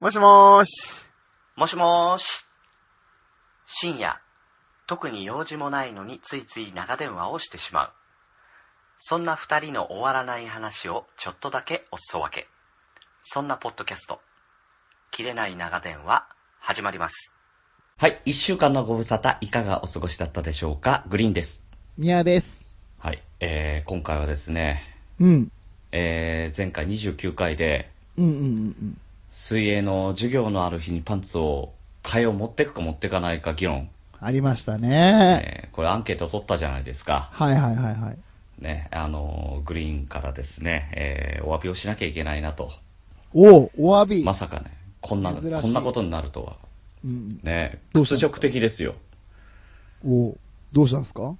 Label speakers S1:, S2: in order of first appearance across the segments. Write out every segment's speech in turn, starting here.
S1: もしもーし。
S2: もしもーし。深夜、特に用事もないのについつい長電話をしてしまう。そんな二人の終わらない話をちょっとだけおすそ分け。そんなポッドキャスト、切れない長電話、始まります。はい、一週間のご無沙汰、いかがお過ごしだったでしょうかグリーンです。
S1: 宮です。
S2: はい、えー、今回はですね、
S1: うん。
S2: えー、前回29回で、
S1: うんうんうん
S2: 水泳の授業のある日にパンツを、替えを持ってくか持ってかないか議論。
S1: うん。ありました
S2: え
S1: ね。
S2: ーこれアンケート取ったじゃないですか。
S1: はいはいはいはい。
S2: ね、あのーグリーンからですね、えーお詫びをしなきゃいけないなと。
S1: おう、お詫び。
S2: まさかね、こんな、こ
S1: 珍しい
S2: んなことになるとは。
S1: うん
S2: ね、
S1: どうした
S2: 屈
S1: んですか
S2: 辱的ですよ。
S1: おう、どうしたんすか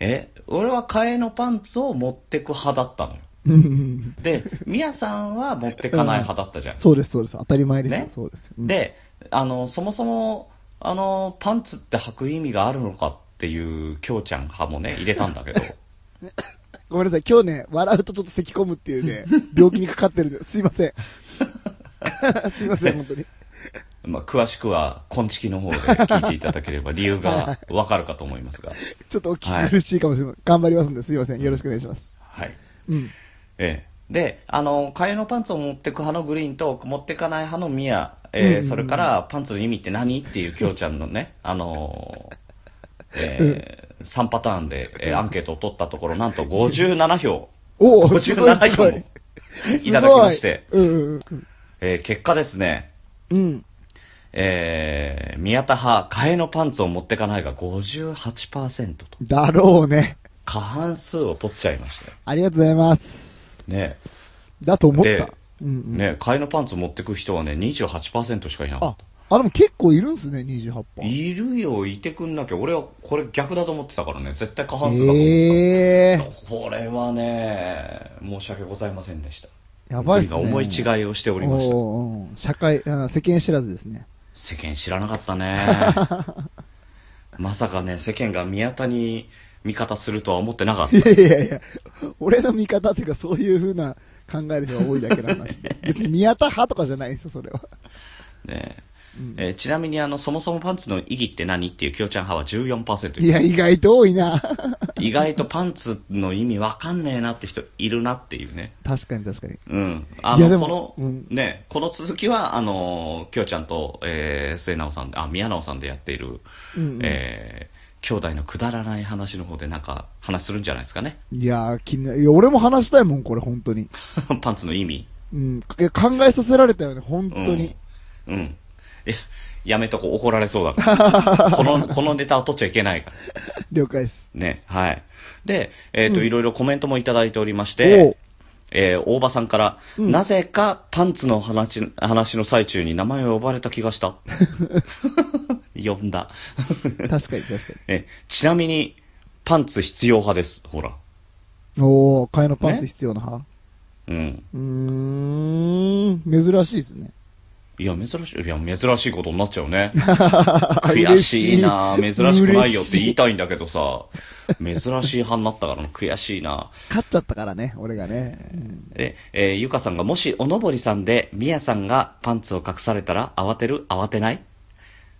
S2: え、俺は替えのパンツを持ってく派だった のよ。
S1: うんうんうん。
S2: で、ミヤさんは持ってかない派だったじゃん。
S1: そうですそうです。当たり前ですよ。
S2: ね
S1: そうですよ。うん
S2: で、あの、そもそも、あの、パンツって履く意味があるのかっていう、きょうちゃん派もね、入れたんだけ ど。
S1: ごめんなさい。今日ね、笑うとちょっと咳込むっていう ね、病気にかかってるんで、すいま せん。すいません、本当に。
S2: まあ、詳しくは、昆虫の方で聞いていただければ、理由がわかるかと思いますが。
S1: ちょっとお聞き苦しいかもしれません。頑張りますんで、すいません。よろしくお願いします。
S2: はい。
S1: うん。
S2: ええ。で、あの、替えのパンツを持ってく派のグリーンと、持ってかない派のミヤ、ええそれから、パンツの意味って何っていう、きょうちゃんのね、あのええ3パターンで、ええアンケートを取ったところ、なんと57票、
S1: おう、すごい
S2: 57
S1: す
S2: 票
S1: ご
S2: も
S1: い。
S2: いただきまして、
S1: すごい。うんうんうん
S2: ええ結果ですね、
S1: うん。
S2: ええ宮田派、替えのパンツを持ってかないが58%と、
S1: だろうね。
S2: 過半数を取っちゃいましたよ。
S1: ありがとうございます。
S2: ね
S1: だと思っ
S2: で
S1: た。うんうん。
S2: ね替えのパンツを持ってく人はね、28%しかいなかっ
S1: あ
S2: た。、
S1: あ、でも結構いるんすね、28本。
S2: いるよ、いてくんなきゃ。俺はこれ逆だと思ってたからね、絶対過半数だと思って
S1: ええ
S2: た。これはね、申し訳ございませんでした。
S1: ー、やばいっすね。
S2: 何か思い違いをしておりました。
S1: おー社会、あー世間知らずですね。
S2: 世間知らなかったね。まさかね、世間が宮田に味方するとは思ってなかった。
S1: いやいやいや、俺の見方っていうかそういう風な考える人が多いだけ の話で。別に宮田派とかじゃないんですよ、それは。
S2: ねえーちなみにあの、そもそもパンツの意義って何っていうきょうちゃん派は14%
S1: いや、意外と多いな。
S2: 意外とパンツの意味わかんねえなって人いるなっていうね。
S1: 確かに確かに。
S2: うん。あ
S1: いや
S2: の、
S1: で
S2: こ
S1: も
S2: の、
S1: うん
S2: ね、この続きは、あの、きょうちゃんと、えー、末直さん、あ、宮直さんでやっている、
S1: うんうん
S2: えー、兄弟のくだらない話の方でなんか、話するんじゃないですかね。
S1: いやー、気になる。いや、俺も話したいもん、これ、本当に。
S2: パンツの意味。
S1: うん。いや考えさせられたよね、本当に。
S2: うん。うん。え、やめとこう、怒られそうだ から。この、このネタを取っちゃいけないから。
S1: 了解です。
S2: ね、はい。で、えっ、と、いろいろコメントもいただいておりまし
S1: お
S2: て
S1: う、
S2: えー、大場さんから、
S1: ん
S2: なぜかパンツの話、話の最中に名前を呼ばれた気がした。 呼んだ。
S1: 確かに確か
S2: え、ちなみに、パンツ必要派です。ほら。
S1: に。おー、替えのパンツ
S2: ね
S1: 必要な派、
S2: うん。
S1: うーん、珍しいですね。
S2: いや、珍しい、いや、珍しいことになっちゃうね。
S1: 嬉
S2: 悔しいな珍しくないよって言い
S1: 嬉した
S2: いんだけどさ、珍しい派になったからな悔しいな
S1: 勝っちゃったからね、俺がね。うん
S2: え、えーゆかさんがもしおのぼりさんで、みやさんがパンツを隠されたら慌てる慌てない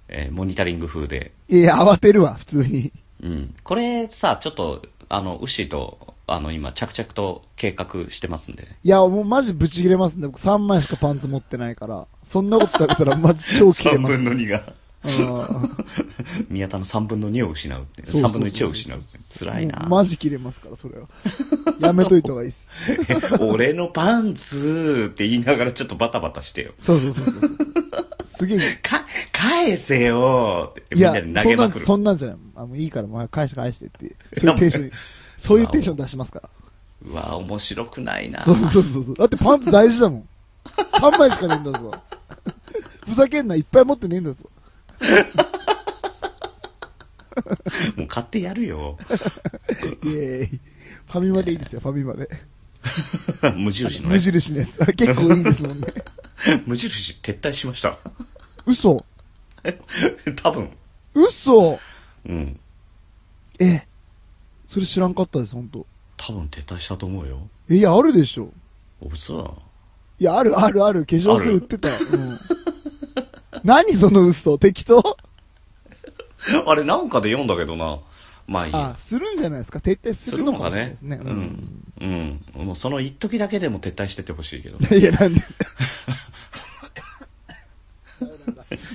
S2: えーモニタリング風で。
S1: いや、慌てるわ、普通に。
S2: うん。これさ、ちょっと、あの、ウッシーと、あの、今、着々と計画してますんで。
S1: いや、もうマジブチ切れますね。僕3枚しかパンツ持ってないから。そんなことされたらマジ超切れ
S2: 3
S1: ます。
S2: 分の2が。
S1: うん
S2: 宮田の3分の2を失うって。
S1: そうそうそう
S2: 3分の1を失うって。辛いな
S1: もうマジ切れますから、それは。やめといた方がいいです。
S2: 俺のパンツって言いながらちょっとバタバタしてよ。
S1: そうそうそうそうそう。すげえ。
S2: か、返せよって
S1: い
S2: みん
S1: や
S2: なで、投
S1: そ
S2: げ
S1: んな
S2: ま
S1: ん、
S2: くる。
S1: そんなんじゃない。あもういいから、もう返して返してって。そういうテンションに、そういうテンション出しますから。
S2: うわ、面白くないな
S1: そうそうそうそう。だってパンツ大事だもん。3枚しかねえんだぞ。ふざけんな、いっぱい持ってねえんだぞ。
S2: もう買ってやるよ。
S1: イエーイ。ファミマでいいですよ、ファミマで。
S2: 無印のね
S1: 無。印のやつ。あれ結構いいですもんね。
S2: 無印撤退しました。
S1: 嘘
S2: 多分。
S1: 嘘
S2: うん。
S1: え、それ知らんかったです、ほんと。
S2: 多分撤退したと思うよ。
S1: え、いや、あるでしょ。
S2: 嘘だ。
S1: いや、あるあるある、化粧水売ってたよ。うん、何その嘘適当
S2: あれ、なんかで読んだけどな。まあいいや
S1: あ、。するんじゃないですか撤退するのかもしれないですね。
S2: するのかねうん。もうその一時だけでも撤退してってほしいけど。
S1: うん いや、な んで。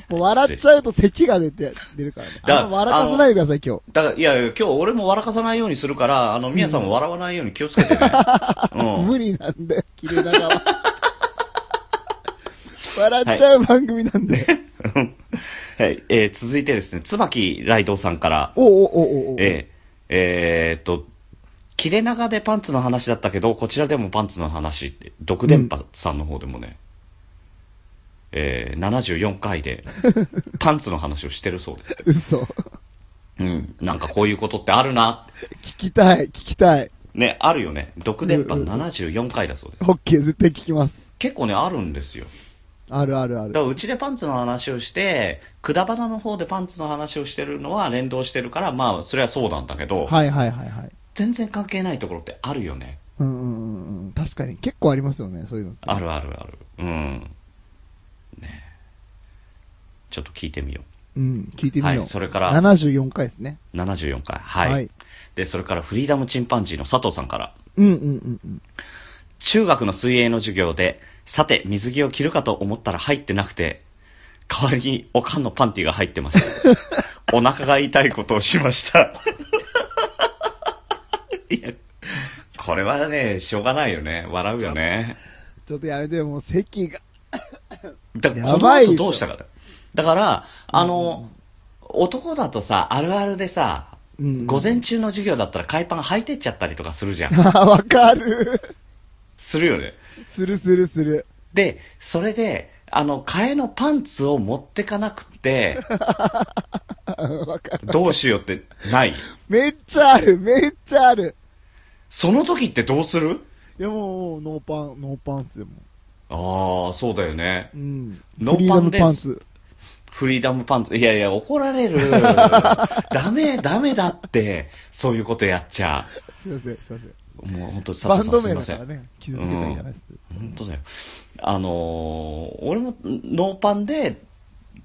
S1: もう笑っちゃうと咳が出て、出るからね。
S2: だ
S1: あんま笑かせないでください、今日。
S2: だから、いやいや、今日俺も笑かさないようにするから、あの、みやさんも笑わないように気をつけてね。 うん。
S1: 無理な んで、切れ長は。 笑っちゃう番組なんで。
S2: はい。えー続いてですね、椿雷道さんから、
S1: おおおおお
S2: えーえーっと、切れ長でパンツの話だったけど、こちらでもパンツの話って、独電波さんの方でもね、えー74回 で、パンツの話をしてるそうです。
S1: 嘘。
S2: うん。なんかこういうことってあるな。
S1: 聞きたい、聞きたい。
S2: ね、あるよね。独電波74回だそうです。
S1: オッケー、絶対聞きます。
S2: 結構ね、あるんですよ。
S1: あるあるあ
S2: だ
S1: る
S2: か。らうちでパンツの話をして、くだばなの方でパンツの話をしてるのは連動してるから、まあ、それはそうなんだけど、
S1: はいはいはいはい。
S2: 全然関係ないところってあるよね。
S1: うんうんうんうん。確かに結構ありますよね、そういうの。
S2: あるあるある。うん。ねちょっと聞いてみよ
S1: うん、聞いてみよう。
S2: はいそれから
S1: 74回ですね。
S2: う。74回。はい。
S1: はい
S2: で、それからフリーダムチンパンジーの佐藤さんから。
S1: うんうんうんうん。
S2: 中学の水泳の授業で、さて、水着を着るかと思ったら入ってなくて、代わりにおかんのパンティが入ってました。お腹が痛いことをしました。いや、これはね、しょうがないよね。笑うよね。
S1: ちょっとやめてよ、もう席が。
S2: だから、
S1: や
S2: この
S1: ばい
S2: 後
S1: でしょ
S2: どうしたかだ。だから、あの、男だとさ、あるあるでさ、
S1: うん
S2: 午前中の授業だったら海パン履いてっちゃったりとかするじゃん。
S1: あ、 わかる。
S2: するよね。
S1: するするする。
S2: で、それで、あの、替えのパンツを持ってかなく て、どうしようってない。
S1: めっちゃある、めっちゃある。
S2: その時ってどうする
S1: いやもう、もうノーパン、ノーパンっすよ、も
S2: ああ、そうだよね
S1: う。う。ん。
S2: ノ
S1: フリ
S2: ー
S1: ー
S2: パ
S1: ダ
S2: ン
S1: ム
S2: で
S1: パンツ。
S2: フリーダムパンツ。いやいや、怒ら れる。ダメ、ダメだって、そういうことやっちゃ
S1: すいません、すいません。
S2: う。もう本当佐
S1: バ
S2: 藤さん
S1: ンド
S2: すいま
S1: 名だ
S2: せ
S1: か
S2: ん
S1: ら。ね、傷つけたいじゃないです。
S2: 本当だよ。あのー俺もノーパンで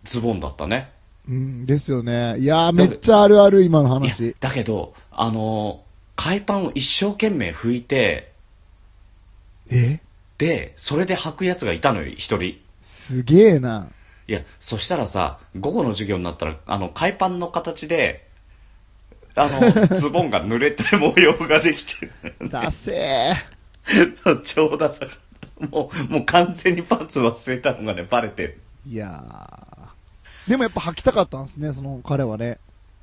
S2: ズボンだったね。
S1: うん、ですよね。いやー、めっちゃあるある、今の
S2: いや
S1: 話。
S2: だけど、あのー海パンを一生懸命拭いて、
S1: え
S2: で、それで履くやつがいたのよ、一人。い
S1: すげえな。
S2: や、そしたらさ、午後の授業になったら、あの、海パンの形で、あの、ズボンが濡れて模様ができて る。
S1: だせ
S2: 超ダサかった。もう、もう完全にパンツ忘れたのがね、バレてる。
S1: ー。いやー。でもやっぱ履きたかったんですね、その彼はね。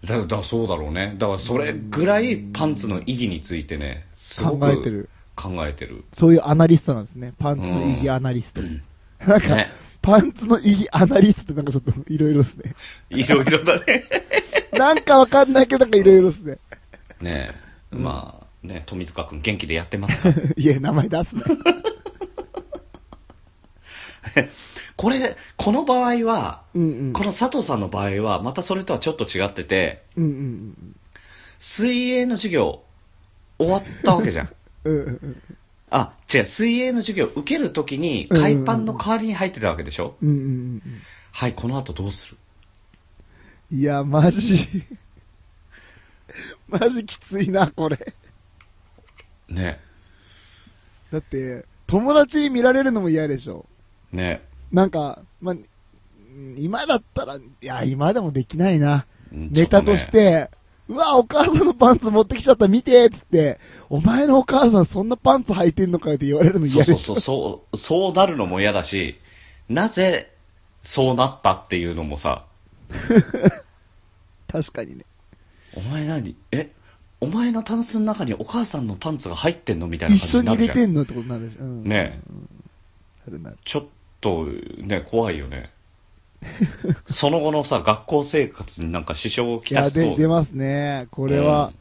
S2: だ、だ、そうだろうね。だからそれぐらいパンツの意義についてね、すごく
S1: 考えてる。
S2: 考えてる。
S1: そういうアナリストなんですね。パンツの意義アナリスト。なんか、
S2: ね
S1: パンツの意義アナリストってなんかちょっといろいろですね。
S2: いろいろだね。
S1: なんかわかんないけどなんかいろいろですね。
S2: ねえ、まあ、ね、富塚くん元気でやってますか
S1: いや、名前出すな。
S2: これ、この場合は、
S1: うんうん。
S2: この佐藤さんの場合は、またそれとはちょっと違ってて、
S1: うんうん
S2: 水泳の授業、終わったわけ じゃん。
S1: うん。うんうん
S2: あ、違う、水泳の授業受けるときに、海パンの代わりに入ってたわけでしょ、
S1: うんうん
S2: はい、この後どうする
S1: うん。いや、マジ。 マジきついな、これ。
S2: ね
S1: だって、友達に見られるのも嫌でしょ。
S2: え、ね
S1: なんか、まあ、うん今だったら、いや、今でもできないな。
S2: えうん
S1: ネタとし、
S2: ちょっね
S1: て、うわ、お母さんのパンツ持ってきちゃった、見てつって、お前のお母さんそんなパンツ履いてんのかよって言われるの
S2: そう
S1: 嫌
S2: そ
S1: で
S2: う
S1: し
S2: そ
S1: ょ。
S2: う、そう、そうなるのも嫌だし、なぜ、そうなったっていうのもさ、
S1: 確かにね。
S2: お前何えお前のタンスの中にお母さんのパンツが入ってんのみたいな
S1: 一緒
S2: 感じ
S1: に入
S2: になる
S1: れ
S2: じゃん
S1: てんのってことになるし。うん。
S2: ねえ
S1: なるなる。
S2: ちょっとね怖いよ ねその後のさ学校生活になんか支障をき
S1: い
S2: た
S1: や、
S2: しそう
S1: で、出ますね。これは、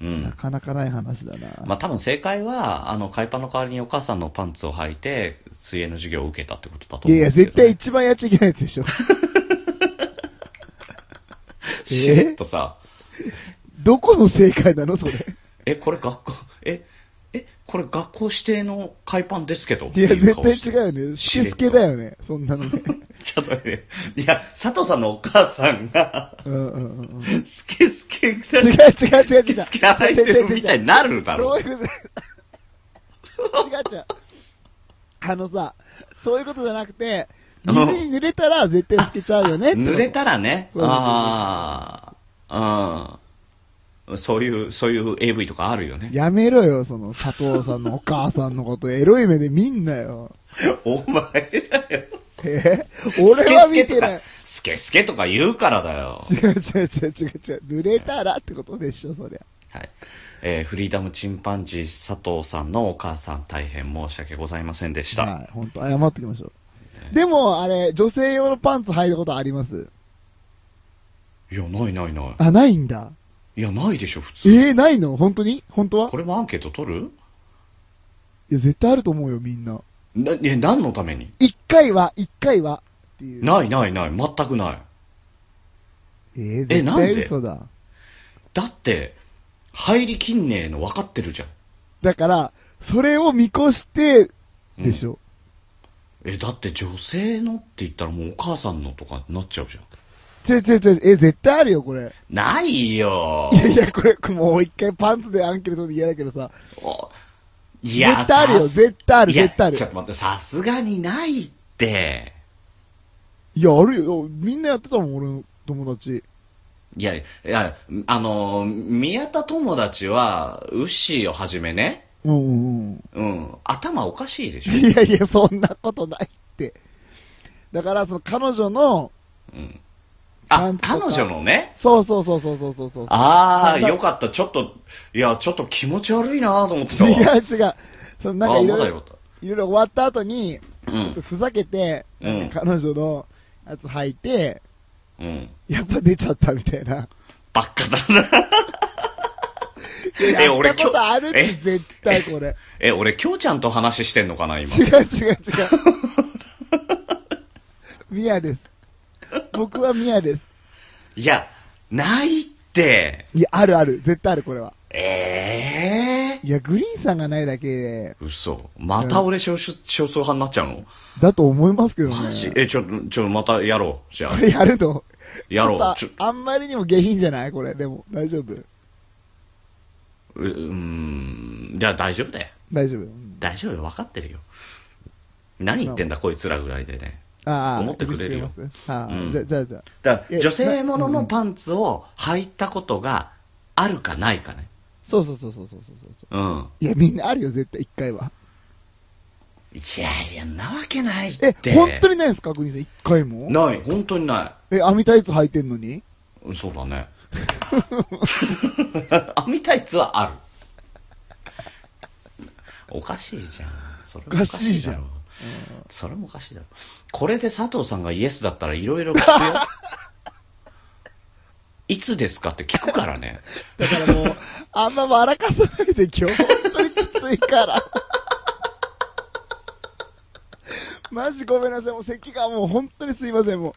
S2: うん、う
S1: なんかなかない話だな。
S2: まあ多分正解はあの海パンの代わりにお母さんのパンツを履いて水泳の授業を受けたってことだと
S1: い
S2: 思う
S1: や
S2: ん
S1: いや、
S2: ですけ
S1: 絶
S2: ど
S1: 対一番やっちゃいけないやつでしょ。
S2: しれっとさ
S1: どこの正解なのそれ。
S2: えこれ学校ええここれ学校指定の海パンですけど。
S1: いや、
S2: ってう
S1: 絶
S2: 顔
S1: 対
S2: して
S1: 違うよね。しつけだよね。そん なのね。
S2: ちょっと待って。いや、佐藤さんのお母さんが、
S1: うんうんうんうん。違う
S2: スケスケだ、
S1: 違う
S2: ス
S1: 違う違う。
S2: ケスケ洗いてるみたいになるだろ
S1: そういうこと。違う違う。あのさ、そういうことじゃなくて、
S2: うん
S1: 水に濡れたら絶対透けちゃうよねってこと。
S2: 濡れたらね。
S1: そうそうそう
S2: ああ、うん。そういう、そういう AV とかあるよね。
S1: やめろよ、その佐藤さんのお母さんのこと、エロい目で見んなよ。
S2: お前だよ。
S1: え俺は見てない。
S2: スケスケとか、スケスケとか言うからだよ。
S1: 違う違う違う違う違う。濡れたらってことでしょ、そりゃ。
S2: はい。えーフリーダムチンパンジー佐藤さんのお母さん大変申し訳ございませんでした。
S1: はい、本当謝っておきましょう。でも、あれ、女性用のパンツ履いたことあります
S2: い、や、ないないな
S1: あ、ないんだ。
S2: い。いや、ないでしょ、普通。
S1: ええないの本当に本当は
S2: これもアンケート取る
S1: いや、絶対あると思うよ、みんな。
S2: な、いや、何のために
S1: 一回は、一回は、っていう。
S2: ないないない、全くない。
S1: えー
S2: え
S1: 絶
S2: なんで
S1: 対嘘だ。
S2: だって、入りきんねえの分かってるじゃん。
S1: だから、それを見越して、でしょ。
S2: え、だって女性のって言ったらもうお母さんのとかになっちゃうじゃん。
S1: ちょいちょいちょい、え、絶対あるよ、これ。
S2: ないよ
S1: いやいや、これ、もう一回パンツでアンケート取るの嫌だけどさ。
S2: おいや、
S1: 絶対あるよ、
S2: さす
S1: 絶対ある、
S2: いや
S1: 絶対ある
S2: ちょ。っと待って、さすがにないって。
S1: いや、あるよ。みんなやってたもん、俺の友達。
S2: いや、いや、あの、宮田友達は、ウッシーをはじめね、
S1: うんうんうん。
S2: うん、頭おかしいでしょ。
S1: いやいや、そんなことないって。だから、その彼女の、
S2: うん、
S1: パ
S2: あ
S1: ン、ツ
S2: 彼
S1: とか
S2: 女のね、
S1: そうそうそうそうそうそうそう。
S2: あ
S1: なん
S2: あ、
S1: か
S2: よかった、ちょっと、いや、ちょっと気持ち悪いなと思ってたわ。
S1: 違う違う。そのなんかい
S2: あーま
S1: ろ
S2: だ
S1: いろ、
S2: よかっ
S1: いろいろ終わった後に、
S2: たう
S1: ちょっと
S2: ん、
S1: ふざけて、
S2: うん
S1: なんか彼女のやつ履いて、
S2: うん。
S1: やっぱ出ちゃったみたいな。
S2: ばっかだな。え、
S1: や
S2: 俺、
S1: った
S2: きょ
S1: ことあるって
S2: え、
S1: 絶対これ。
S2: え、俺、きょうちゃんと話してんのかな、今。
S1: 違う違う違う。ミヤです。僕はミヤです。
S2: いや、ないって。
S1: いや、あるある。絶対ある、これは。
S2: ええ
S1: いや、グリーンさんがないだけで、
S2: 嘘。また俺少数、少数派になっちゃうの
S1: だと思いますけどね。
S2: マジえ、ちょ、ちょ、またやろう。じゃあ
S1: こ、れやると。
S2: やろう。
S1: ち
S2: ち
S1: ょ
S2: ょ
S1: っ、と、あんまりにも下品じゃないこれ、でも。大丈夫
S2: ううーん。いや、大丈夫だよ。
S1: 大丈夫。うん
S2: 大丈夫よ。分かってるよ。何言ってんだ、こいつらぐらいでね。
S1: ああ、
S2: 思ってくれるよ
S1: 許してくれますああ、
S2: うん
S1: じゃ、じゃあじゃあ
S2: だから
S1: え
S2: 女性もののパンツを履いたことがあるかないかね。
S1: そうそうそうそうそうそうそう。
S2: うん。
S1: いや、みんなあるよ、絶対、一回は。
S2: いやいや、なわけないっ
S1: え
S2: て。、
S1: 本当にないですかグリーンさん、一回も
S2: ない。本当にな
S1: え、網タイツ履いてんのに
S2: い。そうだ ね。網タイツはある。おかしいじゃん。それもだろ
S1: おか。
S2: それもおかしいだろ。これで佐藤さんがイエスだったらいろいろ聞くよ。 いつですかって聞くからね。
S1: だからもう、 あんま笑かさないで今日、本当にきついから。 マジごめんなさい、もう咳がもう本当にすいません、も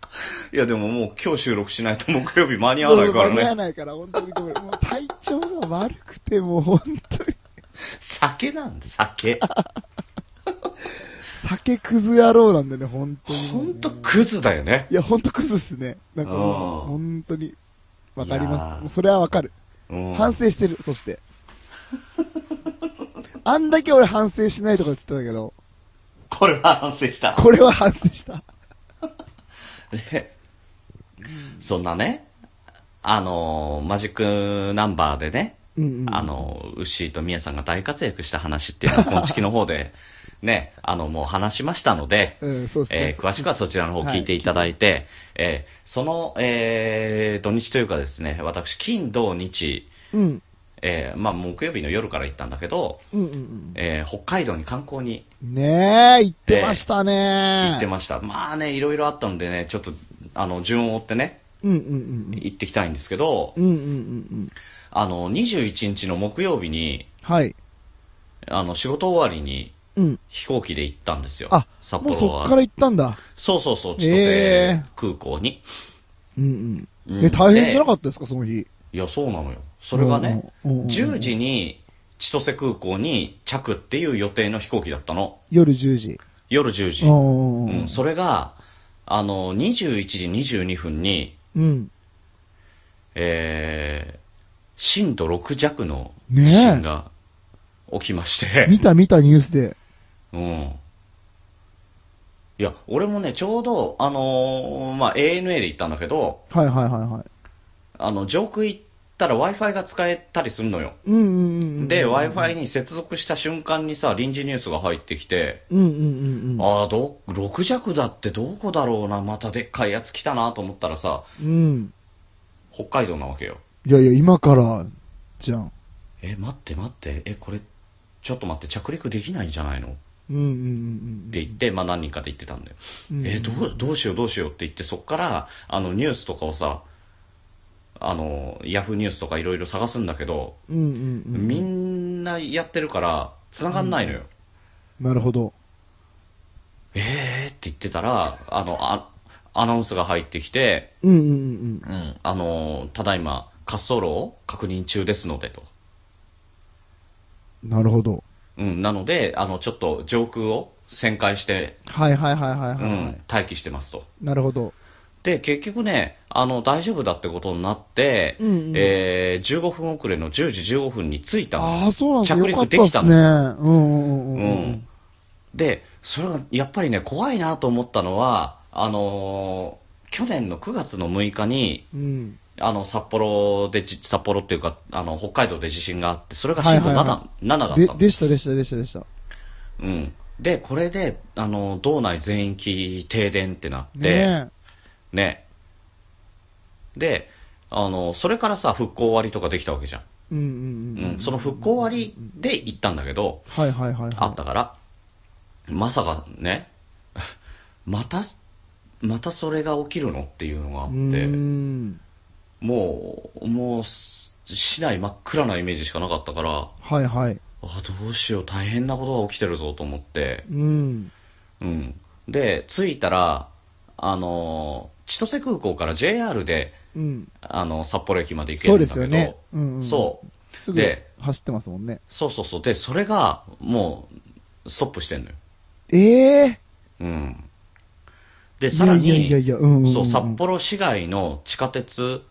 S1: う。
S2: いやでももう今日収録しないと木曜日間に合
S1: そう
S2: わないから
S1: 間に合わ
S2: ね。
S1: ないから、本当にごめん。もう体調が悪くて、もう本当に。
S2: 酒なんだ、酒。
S1: 酒くず野郎なんだよね、本当に。
S2: ほんとクズだよね。
S1: いや、本当クズっすね。なんかもう、
S2: うん
S1: 本当に。わかり
S2: いや
S1: ま
S2: ー
S1: す。もうそれはわかる。
S2: うん
S1: 反省してる、そして。あんだけ俺反省しないとか言ってたけど、
S2: これは反省した。
S1: これは反省した。
S2: で そんなね、あのー、マジックナンバーでね、
S1: うんうん。
S2: あのー、ウッシーとミヤさんが大活躍した話っていうのを、 今月の方で、ね、あの、もう話しましたので、
S1: うん、 そうです
S2: え
S1: ね。
S2: ー詳しくはそちらの方聞いていただいて、えーその、えー土日というかですね、私、金、土、日、
S1: うん。
S2: えーまあ、木曜日の夜から行ったんだけど、
S1: うんうん
S2: えー北海道に観光に
S1: うん。ねえ、言ってましたね
S2: 行ってました。まあね、いろいろあったのでね、ちょっと、あの、順を追ってね、
S1: うんうんうん。
S2: 行ってきたいんですけど、
S1: うんうんうんうん。
S2: あの、21日の木曜日に、
S1: はい。
S2: あの、仕事終わりに
S1: うん。
S2: 飛行機で行ったんですよ。
S1: あ、
S2: 札
S1: もう
S2: 幌
S1: そ
S2: は。
S1: っから行ったんだ。
S2: そうそうそう、千
S1: え
S2: 歳
S1: え
S2: 空港に。
S1: うんうん。
S2: う
S1: え、
S2: ん
S1: 大変じゃなかったですか、その日。
S2: いや、そうなのよ。それがね、
S1: うんうんうんうん
S2: 10時に千歳空港に着っていう予定の飛行機だったの。
S1: 夜10時。
S2: 夜10時。
S1: お
S2: うん、それが、あの、21時22分に、
S1: うん。
S2: えー、震度6弱の
S1: ねえ
S2: 地震が起きまして、
S1: 見た見たニュースで。
S2: うん。いや、俺もね、ちょうど、あのーまあ、ANA で行ったんだけど、
S1: はいはいはいは
S2: あの、上空行ったら Wi-Fi が使えたりするのよ。
S1: い。うんうんうんうん。
S2: で、Wi-Fi に接続した瞬間にさ、臨時ニュースが入ってきて、
S1: うんうんうんうん。
S2: ああ、ど、6弱だってどこだろうな、またでっかいやつ来たなと思ったらさ、
S1: うん。
S2: 北海道なわけよ。
S1: いやいや、今から、じゃん。
S2: え、待って待って、え、これ、ちょっと待って、着陸できないんじゃないのっ
S1: うんうんうん
S2: て言って、まあ何人かで言ってたんだよ。
S1: うん。
S2: えーどう、どうしようどうしようって言って、そっから、あの、ニュースとかをさ、あの、ヤフーニュースとかいろいろ探すんだけど、
S1: うんうんうん。
S2: みんなやってるから、繋がんないのよ。
S1: なるほど。
S2: えーって言ってたら、あの、あアナウンスが入ってきて、
S1: うんうんうん
S2: うん、あの、ただいま、滑走路を確認中ですので、と。
S1: うん。なるほど。
S2: うん、なので、あの、ちょっと上空を旋回して、
S1: はいはいはいはいは
S2: う
S1: い。
S2: ん、待機してますと。
S1: なるほど。
S2: で、結局ね、あの、大丈夫だってことになって、
S1: うんうん
S2: えー、15分遅れの10時15分に着いたの。
S1: ああ、そうなんです
S2: 着
S1: ね。よか
S2: 陸
S1: っ
S2: で
S1: たっ
S2: きた
S1: す
S2: の
S1: ね。うんう
S2: う
S1: んうんうん
S2: ん。で、それが、やっぱりね、怖いなと思ったのは、あのー去年の9月の6日に、
S1: うん。うん。
S2: あの、札幌でじ、札幌っていうか、あの、北海道で地震があって、それが震度7、
S1: はいはいは
S2: 7だった
S1: で
S2: の、
S1: でしたでしたでしたでした。
S2: うん。で、これで、あの、道内全域停電ってなって、
S1: ね
S2: ね。で、あの、それからさ、復興割とかできたわけじゃん。
S1: え。うんうんうん。
S2: うん、その復興割で行ったんだけど、
S1: はいはいはいはい。
S2: あったから、まさかね、 また、またそれが起きるのっていうのがあ
S1: う
S2: って、
S1: ーん。
S2: もう、もう、す市内真っ暗なイメージしかなかったから、
S1: はいはい。
S2: あ、どうしよう、大変なことが起きてるぞと思って、
S1: うん。
S2: うん。で、着いたら、あの、千歳空港から JR で、
S1: うん。
S2: あの、札幌駅まで行け
S1: そ
S2: る
S1: うん
S2: だ
S1: で
S2: けど、
S1: すよね。うんうん。
S2: そう。
S1: すぐ
S2: で
S1: 走ってますもんね。
S2: そうそうそう。で、それが、もう、ストップしてんのよ。
S1: ええ
S2: うん。で、
S1: ー。
S2: さらに、
S1: いやいやいや、うんうんんん。
S2: そう、札幌市外の地下鉄、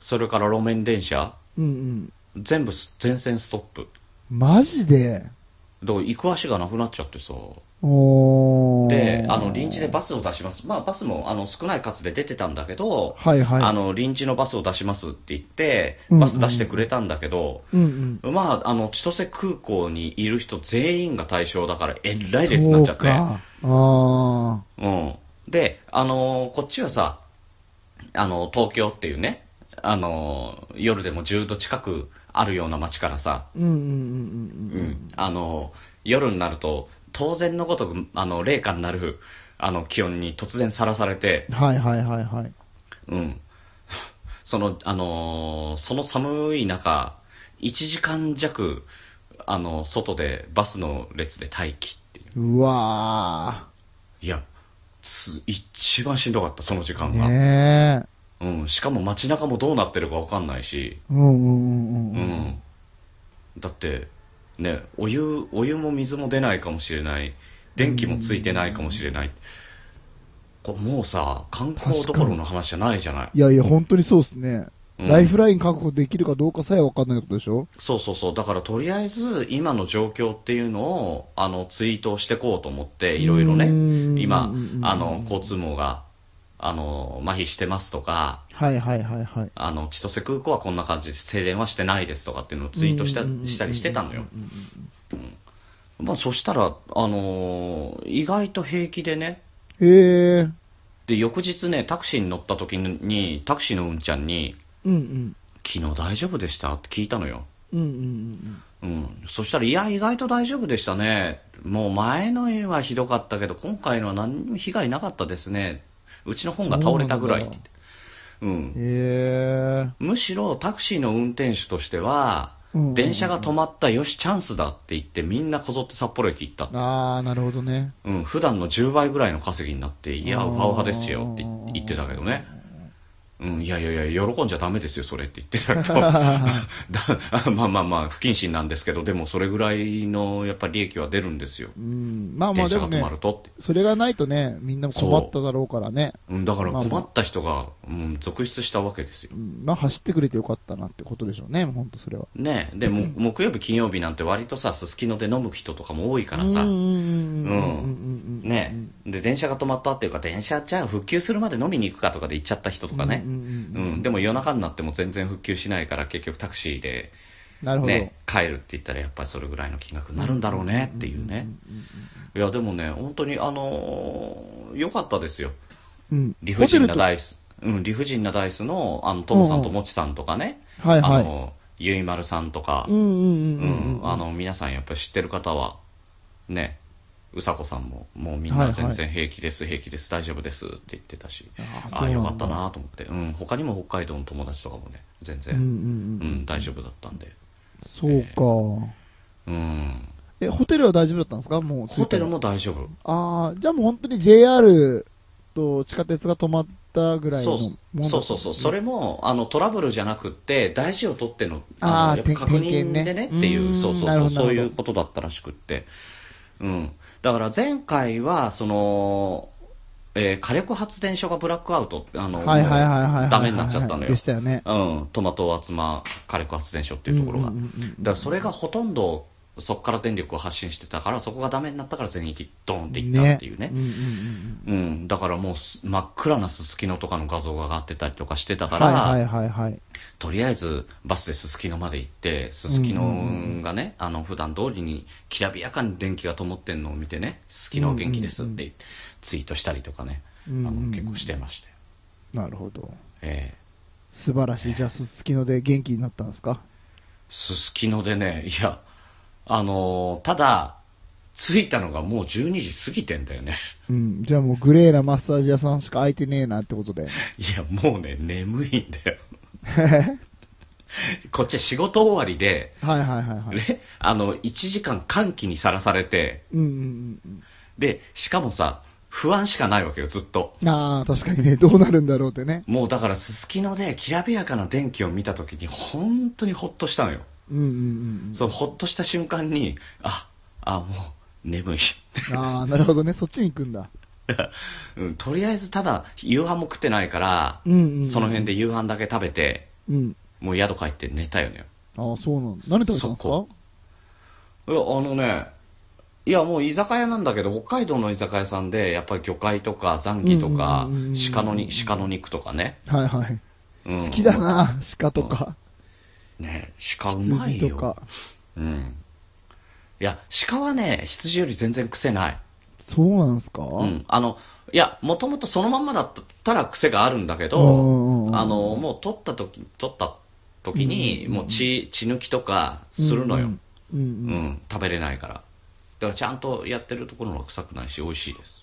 S2: それから路面電車、
S1: うんうん。
S2: 全部す全線ストップ。
S1: マジで
S2: どう行く足がなくなっちゃってさ。
S1: おー
S2: で、あの、臨時でバスを出します。まあ、バスも、あの、少ない数で出てたんだけど、
S1: はいはい。
S2: あの、臨時のバスを出しますって言って、
S1: うんうん
S2: バス出してくれたんだけど、
S1: うんうん。
S2: まあ、あの、千歳空港にいる人全員が対象だから、えらい列になっちゃって。
S1: そうか。あ
S2: うん。で、あのーこっちはさ、あのー東京っていうね、あのー夜でも10度近くあるような街からさ、
S1: ー。うんうんうん
S2: うん。あのー夜になると、当然のごとく、あの、冷夏になる、あの、気温に突然さらされて
S1: う、ん。はいはいはいはい。
S2: うん。 その、あのーその寒い中、1時間弱、あの、外でバスの列で待機っていう。
S1: うわ
S2: いや、つ一番しんどかった、その時間
S1: ー。
S2: が。
S1: ねえ。
S2: うん、しかも街中もどうなってるかわかんないし、
S1: うんうんうん
S2: う
S1: うん。
S2: ん。だって、ね、お湯、お湯も水も出ないかもしれない。電気もついてないかもしれない。これもうさ、観光どころの話じゃないじゃない。
S1: いやいや、本当にそうですね。
S2: うん
S1: ライフライン確保できるかどうかさえわかんないことでしょ
S2: そうそうそう。だからとりあえず今の状況っていうのを、あの、ツイートしてこうと思って、いろいろ
S1: うーん
S2: ね、今、あの、交通網が、あの、麻痺してますとか、
S1: はいはいはいはい。
S2: あの、千歳空港はこんな感じです。停電はしてないですとかっていうのをツイートした
S1: うんうんうんうん
S2: したりしてたのよ。うんまあ、そしたら、あのー意外と平気でね、
S1: へえ。
S2: で、翌日ね、タクシーに乗った時に、タクシーのうんちゃんに、
S1: うんうん。
S2: 昨日大丈夫でしたって聞いたのよ。
S1: うんうんうん
S2: うん。そしたら、いや、意外と大丈夫でしたね。もう前のはひどかったけど、今回のは何にも被害なかったですね。うちの本が倒れたぐらいって言って。うん
S1: うん。。へえ。
S2: むしろタクシーの運転手としては、
S1: うんうんうん
S2: 電車が止まったよしチャンスだって言ってみんなこぞって札幌駅行った、
S1: あー、なるほどね。
S2: うん、普段の10倍ぐらいの稼ぎになっていや
S1: あー
S2: ウハウハですよって言ってたけどねうん、いやいやいや、喜んじゃダメですよ、それって言ってない と。だ あまあまあまあ、不謹慎なんですけど、でもそれぐらいの、やっぱり利益は出るんですよ。
S1: うん。まあま
S2: 電
S1: あで
S2: 車
S1: も
S2: が止
S1: ね
S2: ま、るとって。
S1: それがないとね、みんなも困っただろうからね。
S2: うん、だから
S1: まあま
S2: 困
S1: あ
S2: った人が、うん、続出したわけですよ
S1: う。んまあ走ってくれてよかったなってことでしょうね、本当それは。
S2: ねで、も木曜日、金曜日なんて割とさ、すすきので飲む人とかも多いからさ、
S1: うんうんうんうんうんうん
S2: ねで、電車が止まったっていうか、電車じゃあ復旧するまで飲みに行くかとかで行っちゃった人とかね。
S1: うんうん
S2: う
S1: うんうん
S2: ん、でも夜中になっても全然復旧しないから結局タクシーで、
S1: なるほど。
S2: ね、帰るって言ったらやっぱりそれぐらいの金額になるんだろうねっていうね。いや、でもね、本当にあのー良かったですよ。
S1: うん。
S2: 理不尽な
S1: ホテル
S2: ダイス。うん、理不尽なダイスの、あの、トムさんともちさんとかね、
S1: とはい
S2: あ
S1: はい。
S2: の、ゆいまるさんとか
S1: うん、うん
S2: う
S1: うんうん
S2: ん
S1: うん。
S2: あの、皆さんやっぱり知ってる方は、ね、うさこさんも、もうみんな全然平気です、平気です、大丈夫ですって言ってたし、
S1: あ
S2: ああ、よかった。
S1: そうなんだ
S2: なと思って、うん、他にも北海道の友達とかもね、全
S1: うん
S2: 然、
S1: うんう。
S2: うんん、大丈夫だったんで、
S1: そうか。
S2: うん、
S1: え、ホテルは大丈夫だったんですかもう。
S2: ホテル。も大丈夫。
S1: ああ、じゃあもう本当に JR と地下鉄が止まったぐらいのものだ
S2: そ
S1: ったん
S2: う
S1: ですね
S2: そうそう、それもあのトラブルじゃなくって、大事を取っての
S1: あー
S2: あのやっぱ
S1: 点
S2: 確認で
S1: 点
S2: ね
S1: 検ね
S2: っていうう、
S1: ーん
S2: そうそう
S1: な
S2: そう、
S1: るほどなる
S2: そ
S1: ほ
S2: う
S1: ど
S2: いうことだったらしくって、うん、だから前回は、その、えー火力発電所がブラックアウト、あの
S1: はいはいはいはいはいはい。
S2: ダメになっちゃったのよ
S1: で、したよね。
S2: うん、トマト集ま火力発電所っていうところが、
S1: んんうんうん
S2: だからそれがほとんどそこから電力を発信してたから、そこがダメになったから全域、ドーンっていったっていうね
S1: うんうんうん
S2: うん、だからもうす真っ暗なすすきのとかの画像が上がってたりとかしてた
S1: うん。
S2: から、
S1: はいはいはいはい。
S2: とりあえずバスですすきのまで行って、すすきのがね、あの普段通りにきらびやかに電気が灯ってんのを見てね、すすきの元気ですってツイートしたりとかね、
S1: うんうんうん
S2: あの結構してましたよ。
S1: なるほど。
S2: ええ
S1: 素晴らしい。じゃあ、すすきので元気になったんですか
S2: すすきのでね、いや、あのーただ、着いたのがもう12時過ぎてんだよね。
S1: うん。じゃあもうグレーなマッサージ屋さんしか空いてねえなってことで。
S2: いや、もうね、眠いんだよ。 こっちは仕事終わりで、
S1: はいはいは いはい。
S2: ね、あの、1時間歓喜にさらされて、
S1: うんうんうん
S2: で、しかもさ、不安しかないわけよ、ずっと。
S1: うん。ああ、確かにね、どうなるんだろうってね。
S2: もうだから、すすきので、きらびやかな電気を見た時に、本当にほっとしたのよ。
S1: うんうんうん
S2: そのほっとした瞬間に、あ、あ、もう、眠い。
S1: うん。ああ、なるほどね。そっちに行くんだ。
S2: うん、とりあえず、ただ、夕飯も食ってないから、
S1: うんうんうん
S2: その辺で夕飯だけ食べて、
S1: うん。
S2: もう宿帰って寝たよね。
S1: ああ、そうなんだ。何食べたんです
S2: そ
S1: か
S2: こいや、あのね、いや、もう居酒屋なんだけど、北海道の居酒屋さんで、やっぱり魚介とか、ザンギとか
S1: うんうんうんうんうん、
S2: 鹿のに、鹿の肉とかね。
S1: はいはい。
S2: うん
S1: 好きだ。な、鹿とか、
S2: ね、鹿うまい
S1: 羊と
S2: よ。
S1: か。
S2: うん。いや、鹿はね、羊より全然癖ない。
S1: そうなんですか
S2: うん。あの、いや、もともとそのまんまだったら癖があるんだけ
S1: うんうんう
S2: ど、
S1: ん
S2: あの、もう取った時、取った時に、もう血、血抜きとかするのよ。
S1: うんうん
S2: う。ん、食べれないから。だからちゃんとやってるところは臭くないし、美味しいです。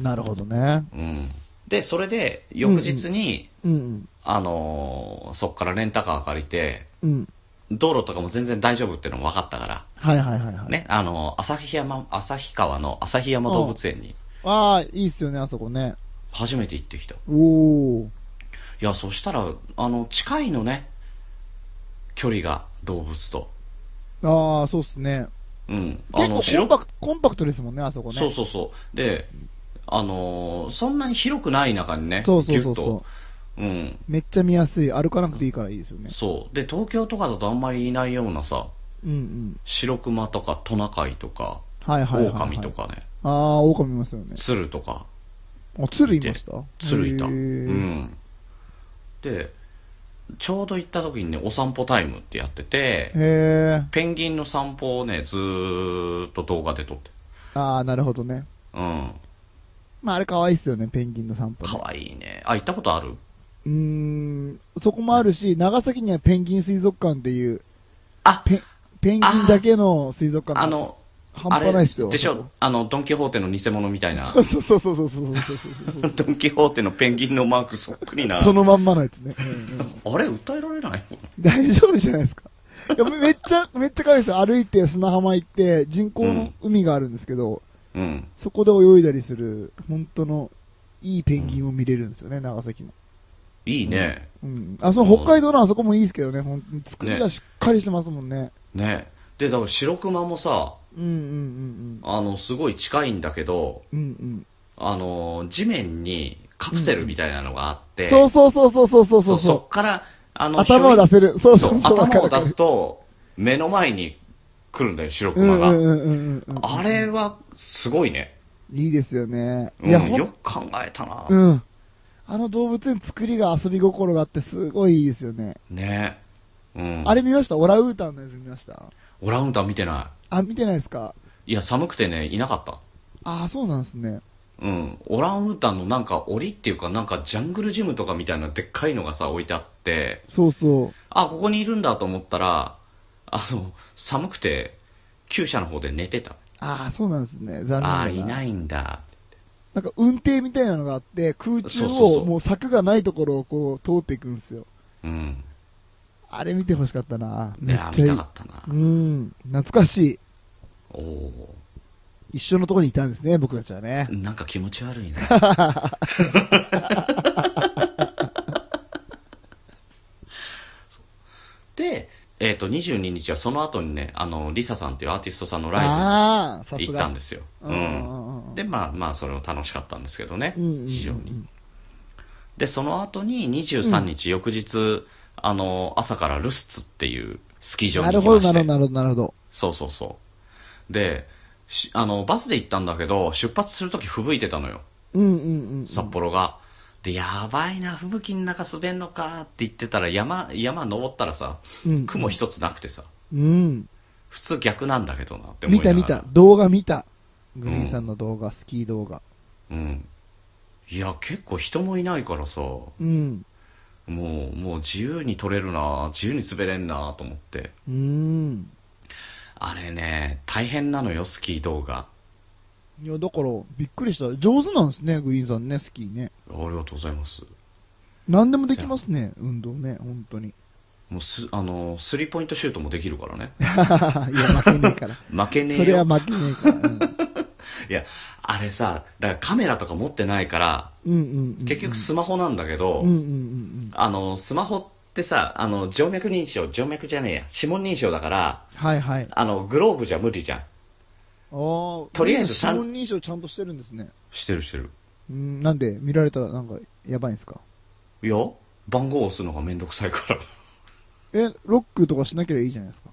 S1: なるほどね。
S2: うん。で、それで、翌日に、
S1: うん
S2: あのーそっからレンタカー借りて、
S1: うん。うん。
S2: 道路とかも全然大丈夫っていうのも分かったから、
S1: はいはいはいはい。
S2: ね、あのー旭山、旭川の旭山動物園に
S1: ああ、いいっすよね、あそこね。
S2: 初めて行ってきた。い
S1: おー。
S2: や、そしたら、あの、近いのね、距離が、動物と。
S1: ああ、そうっすね。
S2: うん。あ
S1: 結
S2: の、
S1: 構コ
S2: 白
S1: ンパクト、コンパクトですもんね、あそこね。
S2: そうそうそう。で、あのーそんなに広くない中にね、
S1: そうそうそう
S2: ぎゅっと
S1: そ
S2: うん。
S1: う。めっちゃ見やすい。歩かなくていいからいいですよね。
S2: そう。で、東京とかだとあんまりいないようなさ、
S1: うんうん。
S2: 白熊とかトナカイとか、
S1: はいはいはい、はい。
S2: 狼と。かね、
S1: ああ、狼いますよね。
S2: 鶴とか、
S1: あ、鶴いました
S2: 鶴いた。う
S1: へー
S2: ん。で、ちょうど行った時にね、お散歩タイムってやってて、
S1: へえ。
S2: ペンギンの散歩をね、ずーっと動画で撮って。
S1: ああ、なるほどね。
S2: うん。
S1: まあ、あれ可愛いっすよね、ペンギンの散歩、ね。
S2: かわいいね。あ、行ったことある
S1: うーん、そこもあるし、長崎にはペンギン水族館っていう、
S2: あ
S1: ペン、ペンギンだけの水族館
S2: あ
S1: なんで
S2: の
S1: す、半端ないっすよ。
S2: あれでしょ、あの、ドンキホーテの偽物みたいな
S1: そ。こ。そうそうそうそうそうそうそうそう。
S2: ドンキホーテのペンギンのマークそっくりな。
S1: そのまんまのやつね。うんうん
S2: あれ、歌えられない
S1: 大丈夫じゃないですか。いやめめっちゃ、めっちゃ可愛いですよ。歩いて砂浜行って、人工の海があるんですけど、
S2: うん。
S1: そこで泳いだりする、本当の、いいペンギンを見れるんですよね、長崎の。
S2: いいね。
S1: うん。あ、その北海道のあそこもいいですけどね、ほん作りがしっかりしてますもんね。
S2: ね。で、だから白熊もさ、
S1: うんうん
S2: あの、すごい近いんだけど、
S1: うんうん。うん
S2: あの、地面にカプセルみたいなのがあって、
S1: うん。そうそうそうそうそうそ
S2: そ
S1: うそうう。
S2: そっから、あの、
S1: 頭を出せる。そうそうそう。
S2: そう
S1: わか
S2: 頭
S1: る
S2: を
S1: わか
S2: 出
S1: る
S2: すと、目の前に来るんだよ、白
S1: うんう
S2: 熊
S1: ん
S2: が。
S1: うんうんうん。
S2: あれは、すごいね。
S1: いいですよね。
S2: う
S1: いや、
S2: ん、
S1: ほ
S2: よ
S1: ん、
S2: く考えたな。
S1: うん。あの動物園作りが遊び心があってすごいいいですよね。
S2: ね。うん。
S1: あれ見ましたオランウータンのやつ見ました
S2: オランウータン見てな
S1: あ、見てないですか
S2: い。いや、寒くてね、いなかった。
S1: ああ、そうなんですね。
S2: うん。オランウータンのなんか檻っていうか、なんかジャングルジムとかみたいなでっかいのがさ、置いてあって、
S1: そうそ
S2: あ、ここにいるんだと思ったら、あの、寒くて、厩舎の方で寝てた。
S1: う。ああ、そうなんですね。残念だな。
S2: あーいないんだ。
S1: なんか運転みたいなのがあって、空中
S2: そうそうそ
S1: を
S2: う
S1: もう柵がないところをこう通っていくんですよ。
S2: うん。
S1: あれ見てほしかったな。
S2: い
S1: めっ
S2: や、
S1: ち
S2: 見
S1: ゃ
S2: た
S1: いい
S2: か。ったな
S1: う。ん。懐かし
S2: おお
S1: い。一緒のところにいたんですね、僕たちはね。
S2: ーなんか気持ち悪い な。で、えっ、と、22日はその後にね、あの、リサさんっていうアーティストさんのライブに
S1: ああ、さす
S2: 行った
S1: が
S2: んで。すよ。
S1: うんうんうん
S2: で、まあまあ、それも楽しかったんですけどね、
S1: うんうんうんうん
S2: 非常に。で、その後に23日、翌日、あの、朝からルスツっていうスキー場
S1: な
S2: に
S1: る
S2: 行き
S1: ほ
S2: ま
S1: ど、
S2: し
S1: な
S2: て
S1: るほど、なるほど、なるほど。
S2: そうそうそう。で、しあの、バスで行ったんだけど、出発するとき吹雪いてたのよ、
S1: うんうんうん。
S2: 札幌が。で、やばいな、吹雪の中滑んのかって言ってたら、山、山登ったらさ、
S1: うん
S2: 雲一つなくてさ、
S1: うん。
S2: 普通逆なんだけどなって思い
S1: 見
S2: な
S1: た
S2: がら
S1: 見た。。動画見た。グリーンさんの動画、スキー動画。
S2: うん。いや、結構人もいないからさ、も
S1: うん。
S2: う、もう自由に取れるな、自由に滑れんなと思って。
S1: うん。
S2: あれね、大変なのよ、スキー動画。
S1: いや、だから、びっくりした。上手なんですね、グリーンさんね、スキーね。
S2: ありがとうございます。
S1: 何でもできますね、運動ね、本当に。 い
S2: もうす、あの、スリーポイントシュートもできるからね。
S1: や、負けねえ から。
S2: 負けねえよ。
S1: それは負けねえから。うん
S2: いや、あれさ、だからカメラとか持ってないから、
S1: うんうんうん。
S2: 結局スマホなんだけど、
S1: うんうんうん。
S2: あの、スマホってさ、あの、静脈認証、静脈じゃねえや、指紋認証だから、
S1: はいはい。
S2: あの、グローブじゃ無理じゃん。
S1: ああ、
S2: とりあえず
S1: 指紋認証ちゃんとしてるんですね。
S2: してるしてる。
S1: うん、なんで、見られたらなんか、やばいんですか
S2: いや、番号押すのがめんどくさいから。
S1: え、ロックとかしなければいいじゃないですか。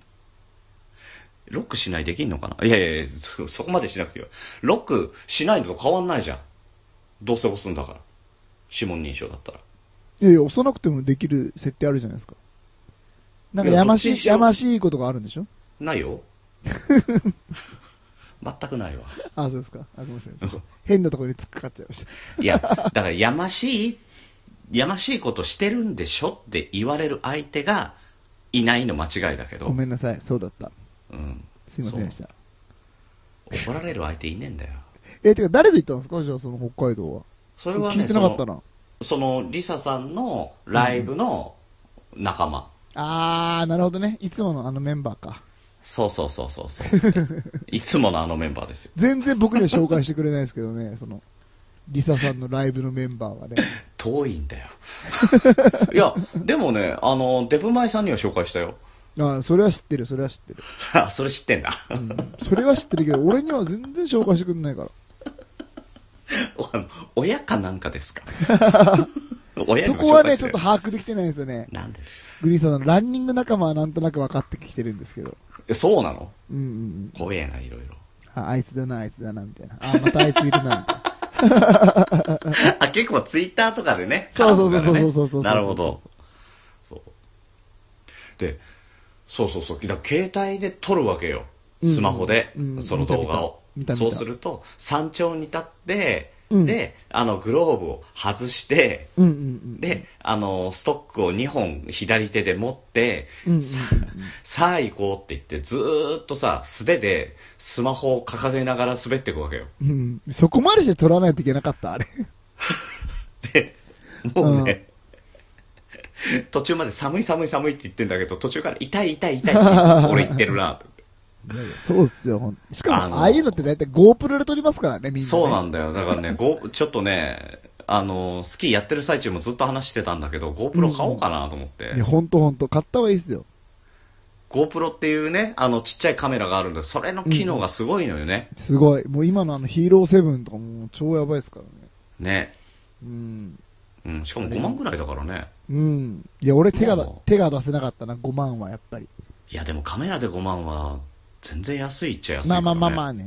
S2: ロックしないできんのかないやいやいやそ、そこまでしなくてよ。ロックしないのと変わんないじゃん。どうせ押すんだから。指紋認証だったら。
S1: いやいや、押さなくてもできる設定あるじゃないですか。なんか、やまし
S2: いやどっちに
S1: い、
S2: しろ
S1: やましいことがあるんでしょ
S2: ないよ。 全くないわ。
S1: あ、そうですか。あ、ごめんなさい。ちょっ と変なところに突っかかっちゃいました。
S2: いや、だからやましい、やましいことしてるんでしょって言われる相手がいないの間違いだけ
S1: ご
S2: ど、
S1: めんなさい。そうだった。
S2: うん。
S1: すいませんでした。
S2: 怒られる相手いねえんだよ。
S1: え、てか、誰と行ったんですかじゃあ、その北海道は。
S2: それは
S1: 聞
S2: ね、
S1: いてなかったな。
S2: その、そのリサさんのライブの仲間。
S1: あー、なるほどね。いつものあのメンバーか。
S2: そうそうそうそうそう。 いつものあのメンバーですよ。
S1: 全然僕には紹介してくれないですけどね、その、リサさんのライブのメンバーはね。
S2: 遠いんだよ。 いや、でもね、あの、デブマイさんには紹介したよ。
S1: あそれは知ってる、それは知ってる。
S2: あ、それ知ってんだ。
S1: うんそれは知ってるけど、俺には全然紹介してくれないから。
S2: おあの 親かなんか ですか親に
S1: そ
S2: も
S1: こは
S2: 紹介し
S1: ね、ち
S2: て
S1: ょっ
S2: る
S1: と把握できてないんですよね。
S2: なんです
S1: グリーンさんのランニング仲間はなんとなく分かってきてるんですけど。
S2: えそうなの
S1: うんうんうん。
S2: 怖えな、いろいろ。
S1: あ、あいつだな、あいつだな、みたいな。あ、またあいついるな、みたいな。
S2: あ、結構ツイッターとかでね。
S1: そうそうそう
S2: 絡むからね
S1: そうそうそうそう
S2: なるほど。そう。で、そうそうそう。だから携帯で撮るわけよ。
S1: うん
S2: スマホで
S1: う、ん
S2: その動画を
S1: 見た。見
S2: そ
S1: た見
S2: う
S1: た
S2: すると、山頂に立って、
S1: うん
S2: で、あの、グローブを外して、
S1: うんうんうん。
S2: で、あの、ストックを2本左手で持って、
S1: うんうんうん
S2: ささあ行こうって言って、ずーっとさ、素手でスマホを掲げながら滑っていくわけよ。
S1: うん。そこまでして撮らないといけなかった、あれ。
S2: で、もうね、途中まで寒い寒い寒いって言ってんだけど、途中から痛い痛い痛いって俺言ってるなと思って。
S1: そうっすよ、ほんしか
S2: あの
S1: も、ああいうのって大体 GoPro で撮りますからね、みんな、ね。
S2: そうなんだよ。だからね、ごちょっとね、あの、スキーやってる最中もずっと話してたんだけど、GoPro 買おうかなと思って。
S1: いや、ほんとほんと、買った方がいいっすよ。
S2: GoPro っていうね、あの、ちっちゃいカメラがあるんだけど、それの機能がすごいのよね。
S1: すごい。もう今のあのヒーローセブンとかもう超やばいっすからね。
S2: ね。
S1: うん。
S2: うん、しかも5万ぐらいだからね。
S1: うん。いや、俺手がだ
S2: まあまあ、
S1: 手が出せなかったな、5万はやっぱり。
S2: いや、でもカメラで5万は、全然安いっちゃ安いか
S1: まあ
S2: ら、ね。
S1: まあまあまあね。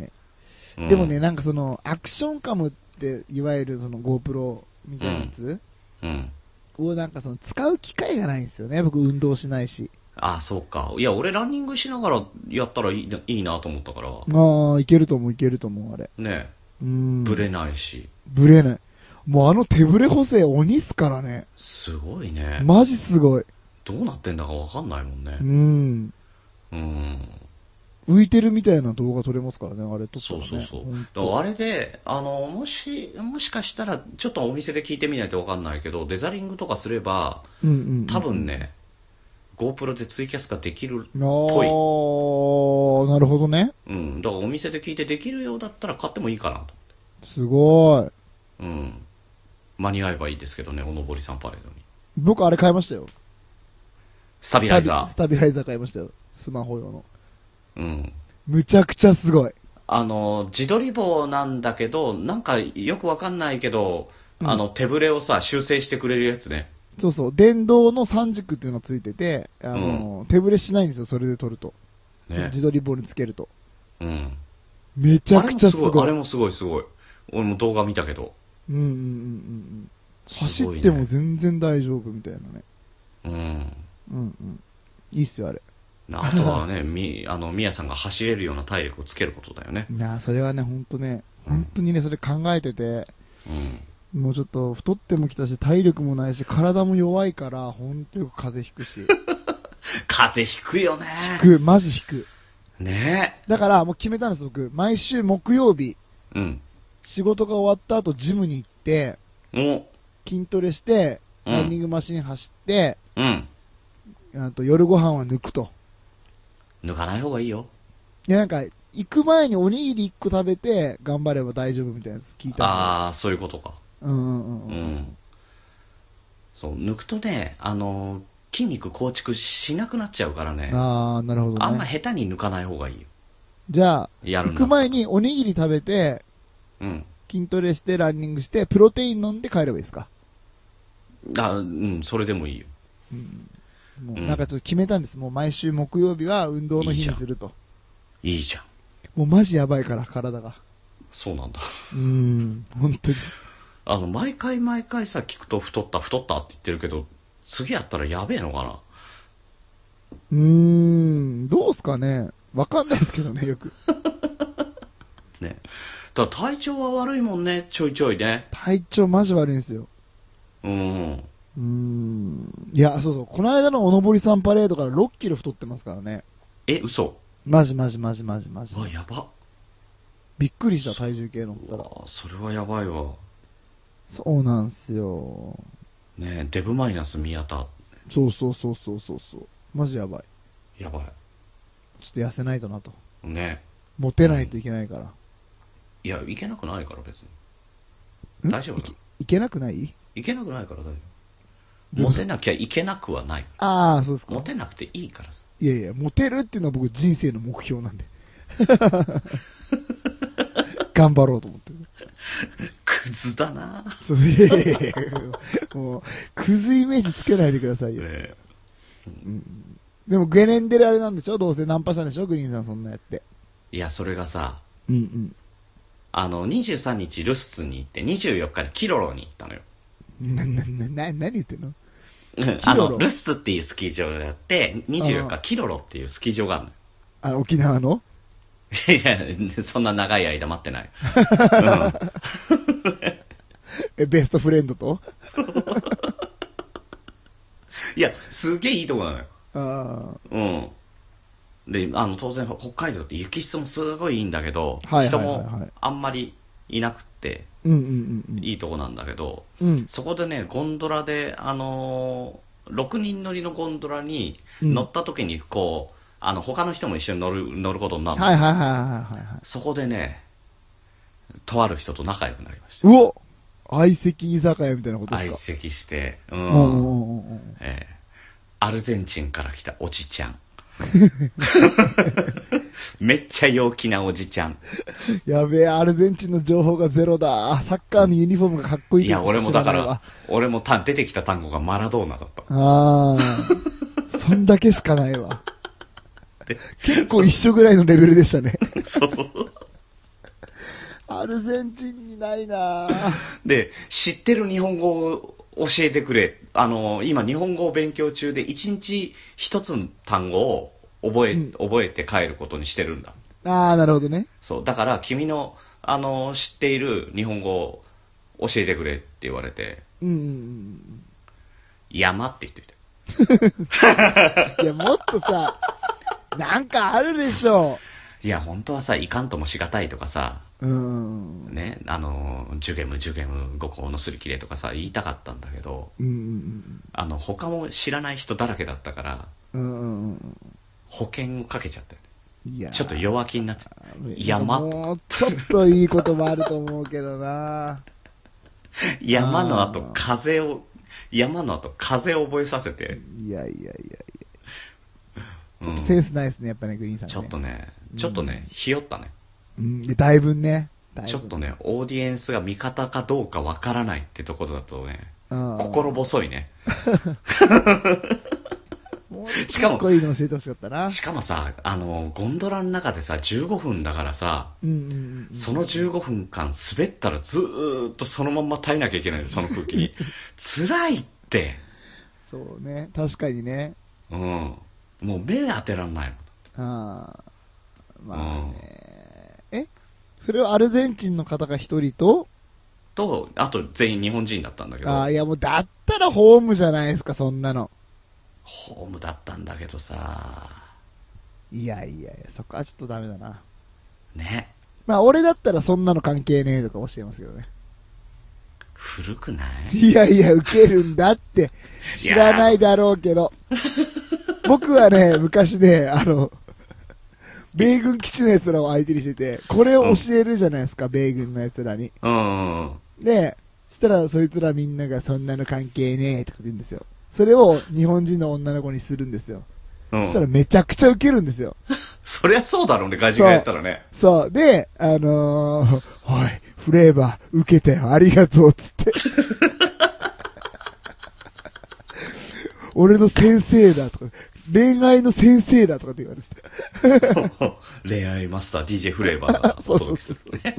S2: うん
S1: でもね、、なんかその、アクションカムって、いわゆるその GoPro みたいなやつ
S2: うん。
S1: をなんかその、使う機会がないんですよね。僕運動しないし。
S2: ああ、そうか。いや、俺ランニングしながらやったらいいないいなと思ったから。
S1: ああ、いけると思う、いけると思う、あれ。
S2: ね。
S1: うん。
S2: ブレないし。
S1: ぶれない。もうあの手ぶれ補正鬼っすからね。
S2: すごいね。
S1: マジすごい。
S2: どうなってんだかわかんないもんね
S1: う。ん。
S2: うん。
S1: 浮いてるみたいな動画撮れますからね、あれ撮った
S2: そ
S1: ら
S2: う
S1: ね。
S2: そうそう
S1: ほん。
S2: だからあれで、あの、もし、もしかしたら、ちょっとお店で聞いてみないとわかんないけど、デザリングとかすれば、
S1: うんうんうん。
S2: 多分ね、GoPro でツイキャスができる。
S1: あー、なるほどね。
S2: うん。だからお店で聞いてできるようだったら買ってもいいかなと。
S1: すごい。
S2: うん。間に合えばいいですけどね、おのぼりさんパレードに。
S1: 僕あれ買いましたよ。
S2: スタビライ
S1: スタビス
S2: ザ
S1: タビライザー買いましたよ。スマホ用の。
S2: ー。うん。
S1: むちゃくちゃすごい。
S2: あの、自撮り棒なんだけど、なんかよくわかんないけど、
S1: うん
S2: あの、手ぶれをさ、修正してくれるやつね。
S1: そうそう。電動の三軸っていうのがついてて、あの、手ぶれしないんですよ、それで撮ると。
S2: ね。
S1: 自撮り棒につけると。
S2: うん。
S1: めちゃくちゃすごい。
S2: あれもすごい、あれもすごい、すごい。俺も動画見たけど。
S1: うんうんうんうんうん。
S2: す
S1: 走
S2: ごい
S1: っ
S2: ね
S1: ても全然大丈夫みたいなね。
S2: うん。
S1: うんうん。いいっすよ、あれ。
S2: あとはね、 み、あの、みやさんが走れるような体力をつけることだよね。
S1: なあ、それはね、ほんとね、ほんとにね、それ考えてて、
S2: うん。
S1: もうちょっと太ってもきたし、体力もないし、体も弱いから、ほんとよく風邪ひくし。
S2: 風邪ひくよね。
S1: く、マジひく。
S2: ね
S1: だから、もう決めたんです、僕。毎週木曜日、
S2: え。うん。
S1: 仕事が終わった後、ジムに行って、
S2: お、
S1: 筋トレして、
S2: うん
S1: ランニングマシン走って、
S2: うん。
S1: あと夜ご飯は抜くと。
S2: 抜かない方がいいよ。
S1: いや、なんか、行く前におにぎり1個食べて、頑張れば大丈夫みたいなやつ聞いたんで
S2: ああ、そういうことか。
S1: うんうん
S2: う
S1: うん。
S2: ん。そう、抜くとね、あの、筋肉構築しなくなっちゃうからね。
S1: ああ、なるほ
S2: あ
S1: ど
S2: んま
S1: ね。
S2: 下手に抜かない方がいいよ。
S1: じゃあ、
S2: やる
S1: 行
S2: んだ
S1: く前。におにぎり食べて、
S2: うん。
S1: 筋トレして、ランニングして、プロテイン飲んで帰ればいいですか
S2: あ、うん、それでもいいよ。
S1: もう
S2: うん
S1: なんかちょっと決めたんです。もう毎週木曜日は運動の日にすると。
S2: いいじゃん。
S1: もうマジやばいから、体が。
S2: そうなんだ。
S1: うーん、本当に。
S2: あの、毎回毎回さ、聞くと太った太ったって言ってるけど、次やったらやべえのかな
S1: うーん、どうすかねわかんないですけどね、よく。
S2: ね。ただ体調は悪いもんね、ちょいちょいね。
S1: 体調マジ悪いんですよ。
S2: うん。
S1: うーん。いや、そうそう。この間のおのぼりさんパレードから6キロ太ってますからね。
S2: え、嘘
S1: マジマジマジマジマジ
S2: う。わ、やば。
S1: びっくりした、体重計乗っ
S2: う
S1: たら。
S2: わ、それはやばいわ。
S1: そうなんすよ。
S2: ねデブマイナス宮田。
S1: そうそうそうそうそうそう。マジやばい。
S2: やば
S1: ちょっと痩せないとなと。
S2: い。ね
S1: モテないといけないから。
S2: いや、いけなくないから別に。
S1: ん
S2: 大丈夫
S1: い
S2: だ
S1: けいけなくない
S2: いけなくないから大丈夫。
S1: どう
S2: モテなきゃいけなくはない。
S1: ああ、そうですか
S2: モ。テなくていいからさ。
S1: いやいや、モテるっていうのは僕人生の目標 なんで。頑張ろうと思ってる。
S2: クズだな
S1: そういやいやいやもう、クズイメージつけないでくださいよ。
S2: ね
S1: でも、ゲレンデであれなんでしょどうせナンパしたんでしょグリーンさんそんなやって。
S2: いや、それがさ、
S1: うんうん。
S2: あの、23日ルスツに行って、24日にキロロに行った のよ。
S1: な、な、な、な、何言ってんの
S2: あ
S1: キロロ
S2: の、ルスツっていうスキー場があって、24
S1: あ
S2: 日キロロっていうスキー場があるの よ。
S1: あの、沖縄の
S2: いや、そんな長い間待って ない。
S1: え、ベストフレンドと
S2: いや、すげえいいとこなのよ。
S1: あ
S2: うん。で、あの、当然、北海道って雪質もすごいいいんだけど、
S1: はいはい
S2: 人
S1: はいはい
S2: もあんまりいなくて、
S1: あ。うんうんうん
S2: いいとこなんだけど、
S1: うん。うん。
S2: そこでね、ゴンドラで、あのー、6人乗りのゴンドラに
S1: うん
S2: 乗った時に、こう、あの、他の人も一緒に乗る、乗ることになるの
S1: はいはいはいはいはいはい。
S2: そこでね、とある人と仲良くなりました。
S1: うお相席居酒屋みたいなことで
S2: 相
S1: す
S2: 席して、う。
S1: か。うんうんんうんうん。
S2: ええアルゼンチンから来たおじちゃ ん。めっちゃ陽気なおじち ゃん。
S1: やべえ、アルゼンチンの情報がゼロだ。サッカーのユニフォームがかっこいい
S2: いや、
S1: とし
S2: 俺
S1: か
S2: も
S1: 知ら
S2: だか
S1: ないわ
S2: ら、俺もた出てきた単語がマラドーナだった。
S1: ああ。そんだけしかない わ
S2: で。
S1: 結構一緒ぐらいのレベルでしたね。
S2: そうそう。
S1: アルゼンチンにないな
S2: で、知ってる日本語を教えてくれ。あの、今日本語を勉強中で、一日一つの単語を覚え、
S1: うん
S2: 覚えて帰ることにしてるんだ。
S1: ああ、なるほどね。
S2: そう。だから、君の、あの、知っている日本語を教えてくれって言われて、
S1: うんうん
S2: 山って言っといて。
S1: うん。いや、もっとさ、なんかあるでしょ
S2: いや、本当はさ、いかんともしがたいとかさ、
S1: う。うん。
S2: ね、あの、ジュゲム、ジュゲム、五行のすり切れとかさ、言いたかったんだけど、
S1: うんうん
S2: あの、他も知らない人だらけだったから、
S1: うん。うんうんうん
S2: 保険をかけちゃったよね。
S1: いやー
S2: ちょっと弱気になっちゃった。山と
S1: もうちょっといい言葉あると思うけどな
S2: 山の後、風を、山の後、風を覚えさせて、
S1: いやいやいやいや。ち
S2: う
S1: ょ
S2: ん
S1: っとセンスないですね、やっぱね、グリーンさんね。
S2: ちょっとね、ちょっとね、ひよったね。
S1: うん、でだいぶね。だいぶ
S2: ちょっとね、オーディエンスが味方かどうかわからないってところだとね、
S1: うん
S2: 心細いね。
S1: もうちょっと
S2: しかも
S1: かっこいいの教えてほしかったな。
S2: しかもさ、あの、ゴンドラの中でさ、15分だからさ、
S1: うんうんうん。
S2: その15分間滑ったらずーっとそのまんま耐えなきゃいけないのその空気 に。辛いって。
S1: そうね。確かにね。
S2: うん。もう目当てらんないもん。
S1: ああ。まあね。えそれをアルゼンチンの方が一人と
S2: と、あと全員日本人だったんだけど、
S1: ああ、いやもうだったらホームじゃないですか、そんなの。
S2: ホームだったんだけどさ、
S1: いやいやいや、そこはちょっとダメだな。
S2: ね。
S1: まあ俺だったらそんなの関係ねえとか教えますけどね。
S2: 古くない
S1: いやいや、受けるんだって、知らないだろうけど。僕はね、昔ね、あの、米軍基地の奴らを相手にしてて、これを教えるじゃないですか、米軍の奴らに。
S2: うん。
S1: で、そしたらそいつらみんながそんなの関係ねえとか言うんですよ。それを日本人の女の子にするんですよ。
S2: うん
S1: そしたらめちゃくちゃ受けるんですよ。
S2: そりゃそうだろうね、外人がやったらね。
S1: そう。で、あのー、おい、フレーバー、受けたよ、ありがとう、つって。 俺の先生だ、とか、恋愛の先生だ、とかって言われてて。
S2: 恋愛マスター、DJ フレーバー がお届けするね。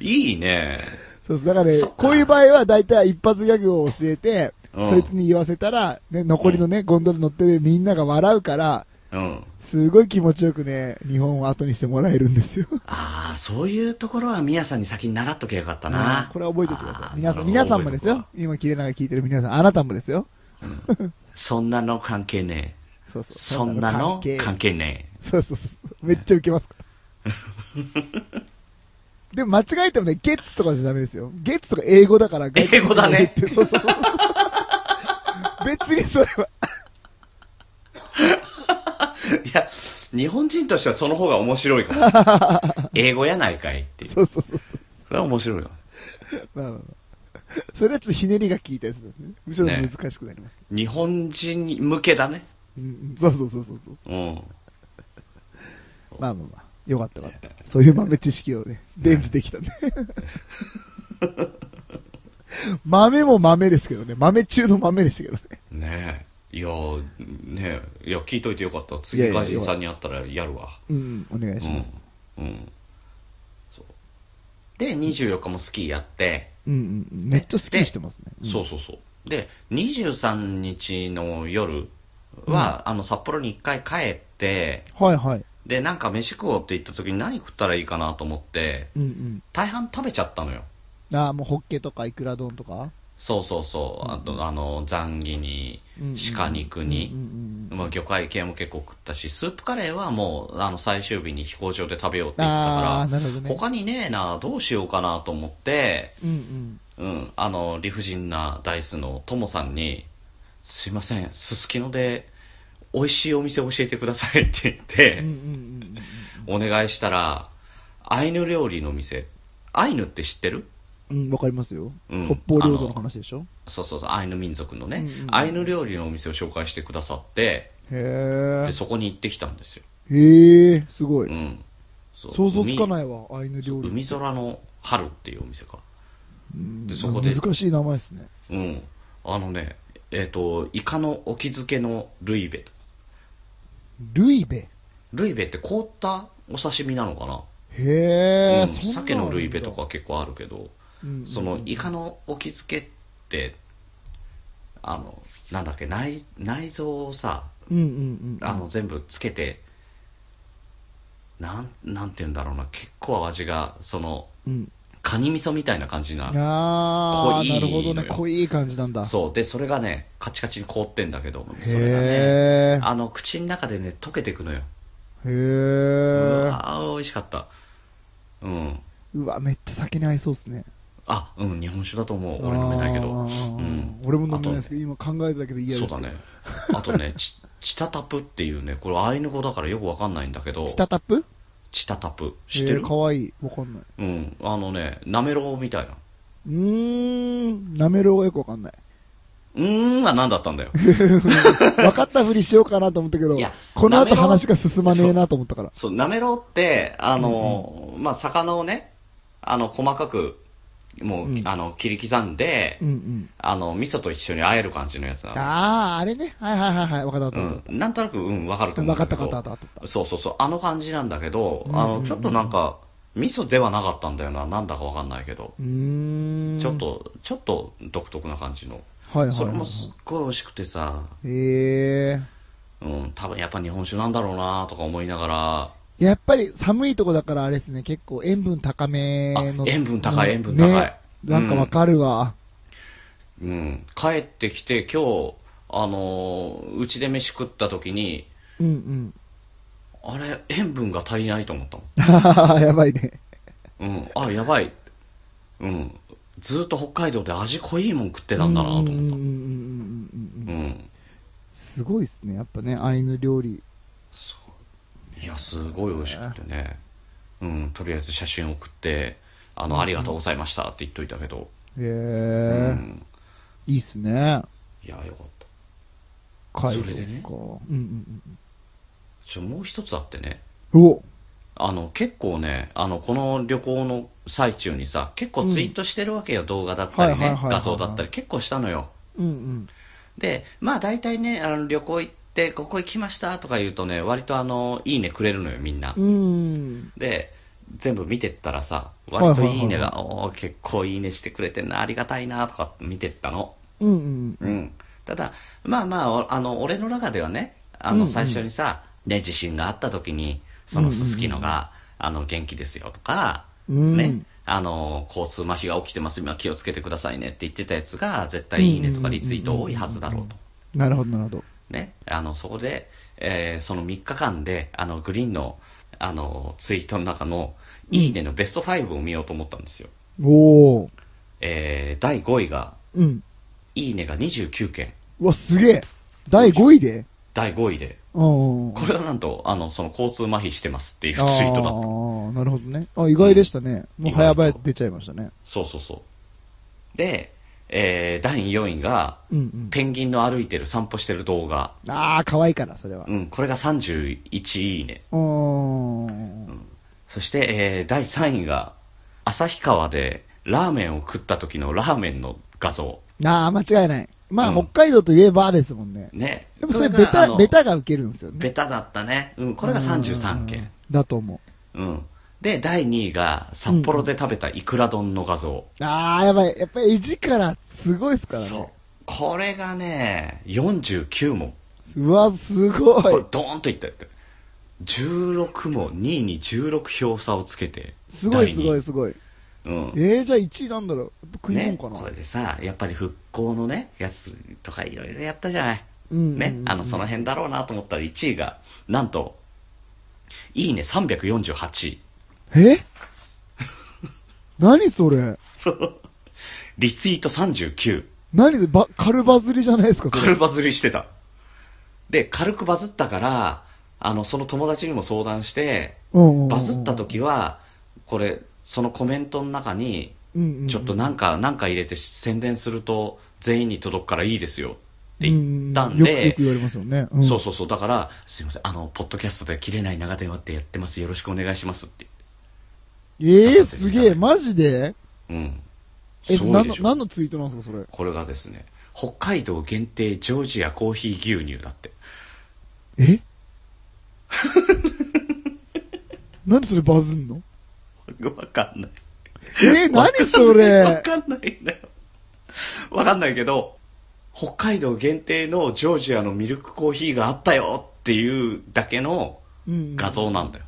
S2: いいね。
S1: そうそう。だからね
S2: そっか、
S1: こういう場合は大体一発ギャグを教えて、
S2: うん
S1: そいつに言わせたら、ね、残りのね、ゴンドラ乗ってるみんなが笑うから、
S2: うん。
S1: すごい気持ちよくね、日本を後にしてもらえるんですよ。
S2: ああ、そういうところはミヤさんに先に習っときゃよかったな。
S1: これは覚えておいてくださ
S2: あー
S1: い。皆さん、皆さんもです。
S2: なる
S1: よ。今、切れ長聞いてる皆さん、あなたもですよ。
S2: ほどそんなの関係ねえ。
S1: そうそう。
S2: そんなの
S1: 関係
S2: 関係ね
S1: そうそうそう。めっちゃ受 けますから。でも間違えてもね、ゲッツとかじゃダメですよ。ゲッツとか英語だから外国人が言って
S2: 英
S1: そうそうそう。別にそれは、
S2: え。 いや、日本人としてはその方が面白いから。 英語やないかいっていう。
S1: そうそうそう。
S2: それは面白いわ。
S1: まあまあまあ。それはちょっとひねりが効いたやつだね。ちょっと難しくなりますけ
S2: 日本人向けだね。
S1: ど。うんうんそうそうそうそうそう。
S2: うん。
S1: まあまあまあ。よかったよかった。そういう豆知識をね、伝授で きたね。豆も豆ですけどね。豆中の豆でしたけどね。
S2: ねえ。いや、ねえ。いや、聞いといてよかった。次、外人さんに会ったらやるわ。
S1: うん、お願いします。
S2: うん。うん。そう。で、24日もスキーやって、
S1: うんうん。めっちゃスキーしてますね。うん
S2: そうそうそう。で、23日の夜は、あの、札幌に一回帰って、
S1: はいはい。
S2: で、なんか飯食おうって言った時に何食ったらいいかなと思って、
S1: うん
S2: 大半食べちゃったのよ。
S1: うん。ああ、もうホッケとかイクラ丼とか
S2: そうそうそう。あと、あの、ザンギに
S1: うんうん、
S2: 鹿肉に、
S1: うんうん
S2: まあ、魚介系も結構食ったし、スープカレーはもう、あの、最終日に飛行場で食べようって言ってた
S1: ああ、
S2: か
S1: なるほど
S2: ら、
S1: ね。
S2: 他にねえな、どうしようかなと思って、
S1: うんうん。
S2: うん、あの、理不尽なダイスのともさんに、すいません、すすきので、美味しいお店教えてくださいって言って、
S1: うんうん
S2: お願いしたら、アイヌ料理の店、アイヌって知ってる
S1: うん。うん、わかりますよ。
S2: うん
S1: 北方領土の話でしょ
S2: そうそうそう、アイヌ民族のね、
S1: うんうん
S2: アイヌ料理のお店を紹介してくださって、
S1: へ
S2: で、そこに行ってきたんですよ。
S1: え。へえ、すご
S2: う
S1: い。
S2: ん。そう
S1: 想像つかないわ、アイヌ料
S2: 海
S1: 理。
S2: 海空の春っていうお店か。
S1: うん
S2: でそこで
S1: 難しい名前ですね。
S2: うん。あのね、えっ、と、イカの沖漬けのルイベ。
S1: ルイベ。
S2: ルイベって凍ったお刺身なのかな、
S1: へ
S2: う
S1: え、
S2: ん
S1: そんな
S2: 鮭のルイベと
S1: あ
S2: か結構あるけど、
S1: るんだ。
S2: そのイカの沖漬けって、あの、なんだっけ、内内臓をさ、
S1: うんうんうん。
S2: あの、全部つけて、なん、なんて言うんだろうな、結構味が、その、
S1: うん。
S2: カニ味噌みたいな感じな。
S1: あ
S2: 濃い
S1: ー、なるほど
S2: の
S1: ね。
S2: よ
S1: 濃い感じなんだ。
S2: そう。で、それがね、カチカチに凍ってんだけど、それがね、
S1: へえ。
S2: あの、口の中でね、溶けていくのよ。
S1: へ
S2: う
S1: え。
S2: わー美味しかった。うん。
S1: うわ、めっちゃ酒に合いそうですね。
S2: あ、うん、日本酒だと思う。俺飲めないけど。
S1: あー
S2: うん。
S1: 俺も飲めないですけど、今考えただけど嫌
S2: そ
S1: で
S2: う
S1: す
S2: だ
S1: けど。
S2: ね。あとね、チチタタプっていうね、これアイヌ語だからよくわかんないんだけど、
S1: チタタップ
S2: チタタプ。知ってる、
S1: えーかわいい。わかんない。
S2: うん。あのね、なめろうみたいな。
S1: うーん、なめろうがよくわかんない。
S2: うーんは何だったんだよ。
S1: 分かったふりしようかなと思ったけど
S2: いや、
S1: この
S2: なめろう
S1: 後話が進まねえなと思ったから。
S2: そう、なめろうって、あの、まあ、魚をね、あの、細かく、もう、
S1: うん
S2: あの、切り刻んで、
S1: うんうん。
S2: あの、味噌と一緒に和える感じのやつなの。
S1: あー、あれね。はいはいはいはい。わかったわかったわかっ
S2: うん、なんとなく、うん、わかると
S1: た。
S2: 思
S1: わ
S2: うん
S1: か
S2: だ
S1: っ
S2: け
S1: た
S2: ど
S1: わかったわかった。
S2: そうそうそう、あの感じなんだけど、
S1: うん
S2: あ
S1: うんう
S2: の、
S1: ん
S2: ちょっとなんか、味噌ではなかったんだよな、なんだかわかんないけど、
S1: うーん。
S2: ちょっ。と、ちょっと独特な感じの。
S1: はいはい
S2: それ
S1: はい
S2: も。すっごい美味しくてさ、
S1: え
S2: うん、多分やっぱ日本酒なんだろうなとか思いながら、
S1: ー。やっぱり寒いとこだからあれですね、結構塩分高めの。
S2: あ塩分高い
S1: ね
S2: 塩分高い
S1: ねなんかわかるわ。
S2: うん、帰ってきて今日、あのーうちで飯食った時に、
S1: うんうん。
S2: あれ、塩分が足りないと思ったもん。
S1: やばいね。
S2: うん、あ、やばい。うん、ずっと北海道で味濃いもん食ってたんだなと
S1: うんうんうんうん
S2: 思っ
S1: うんうん
S2: た。うん。
S1: すごいですね、やっぱね、アイヌ料理。
S2: そう。いや、すごい美味しくてね。うん、とりあえず写真送って、あの、ありがとうございましたって言っといたけど。
S1: へ
S2: う
S1: え、
S2: ん。
S1: いいっすね。
S2: いや、よかった。
S1: カイ
S2: それでね
S1: か。うんうん
S2: ちょ、もう一つあってね。
S1: うん。お
S2: あの、結構ね、あの、この旅行の最中にさ、結構ツイートしてるわけよ、動画だったり
S1: はいはい
S2: ね
S1: はい、はい
S2: 画像だったり、結構したのよ。
S1: うんうん。
S2: で、まあ大体ね、あの、旅行行って、ここ行きましたとか言うとね、割とあの、いいねくれるのよ、みんな
S1: う。ん。
S2: で、全部見てったらさ、
S1: い
S2: 割
S1: はい
S2: と
S1: はい
S2: いいねが、おー結構いいねしてくれてんな、ありがたいな、とか見てったの。
S1: うんうん。
S2: うん。ただ、まあまあお、あの、俺の中ではね、あ
S1: うんう
S2: の、
S1: ん
S2: 最初にさ、ね、地震があった時に、そのすすきのが、あの、元気ですよとか、
S1: うん
S2: ね、あの、交通麻痺が起きてます、今気をつけてくださいねって言ってたやつが、絶対いいねとかリツイート多いはずだろうと。
S1: なるほど、なるほど。
S2: ね、あの、そこで、えーその3日間で、あの、グリーンの、あの、ツイートの中の、いいねのベスト5を見ようと思ったんですよ。
S1: おお。
S2: えー第5位が、
S1: うん。
S2: いいねが29件。
S1: うわ、すげえ。第5位で
S2: 第5位で。
S1: うんうん。
S2: これはなんと、あの、その交通麻痺してますっていうツ
S1: あ
S2: イ
S1: あ
S2: ートだった。
S1: ー、なるほどね。あ、意外でしたね。
S2: うん
S1: もう早々出ちゃいましたね。
S2: そうそうそう。で、えー第4位が、
S1: うんうん。
S2: ペンギンの歩いてる散歩してる動画。
S1: ああ、可愛いから、それは
S2: う。ん、これが31いいね。
S1: うーん。
S2: そして、えー第3位が、旭川でラーメンを食った時のラーメンの画像。
S1: ああ、間違いない。まあ、
S2: うん
S1: 北海道といえばですもんね。
S2: ね。
S1: でもそれ
S2: こが
S1: ベ
S2: あ
S1: タ、
S2: の
S1: ベタが受けるんですよね。
S2: ベタだったね。うん、これが33件。
S1: だと思う。
S2: うん。で、第2位が、札幌で食べたイクラ丼の画像。
S1: ああ、やばい。やっぱり絵力すごいですからね。
S2: そう。これがね、49問。
S1: うわ、す
S2: こ
S1: ご
S2: れ
S1: い。
S2: ドーンといったよって。16も2位に16票差をつけて。
S1: すごいすごい
S2: い。
S1: すごい。
S2: うん。
S1: えー、じゃあ1位なんだろう。やっぱ食い
S2: ね、
S1: 物か
S2: こ
S1: な。
S2: れでさ、やっぱり復興のね、やつとかいろいろやったじゃない。
S1: うんうんうん
S2: ね、あの、その辺だろうなと思ったら1位が、なんと、いいね348位。
S1: え何それ
S2: そう。リツイート39。
S1: 何それば、カルバズりじゃないですか、それ。
S2: 軽バズりしてた。で、軽くバズったから、あの、その友達にも相談して、
S1: うんうんうん
S2: バズった時は、これ、そのコメントの中に、
S1: うんうん、
S2: ちょっとなんか、なんか入れて宣伝すると全員に届くからいいですよって言ったん
S1: ううよくよ
S2: で
S1: く、言われますよね。うん
S2: そうそうそう、だから、すいません、あの、ポッドキャストで切れない長電話ってやってます、よろしくお願いしますって。
S1: ええすげえ、マジで
S2: うん。
S1: え、
S2: すごい
S1: 何
S2: で
S1: の
S2: し、
S1: 何
S2: ょ
S1: のツイートなんですか、それ。
S2: これがですね、北海道限定ジョージアコーヒー牛乳だって。
S1: え なんでそれバズんの
S2: わかんない。
S1: えー、何そ
S2: わ
S1: れ
S2: かんないんだよ。わかんないけど、北海道限定のジョージアのミルクコーヒーがあったよっていうだけの
S1: うん
S2: 画像なんだよ。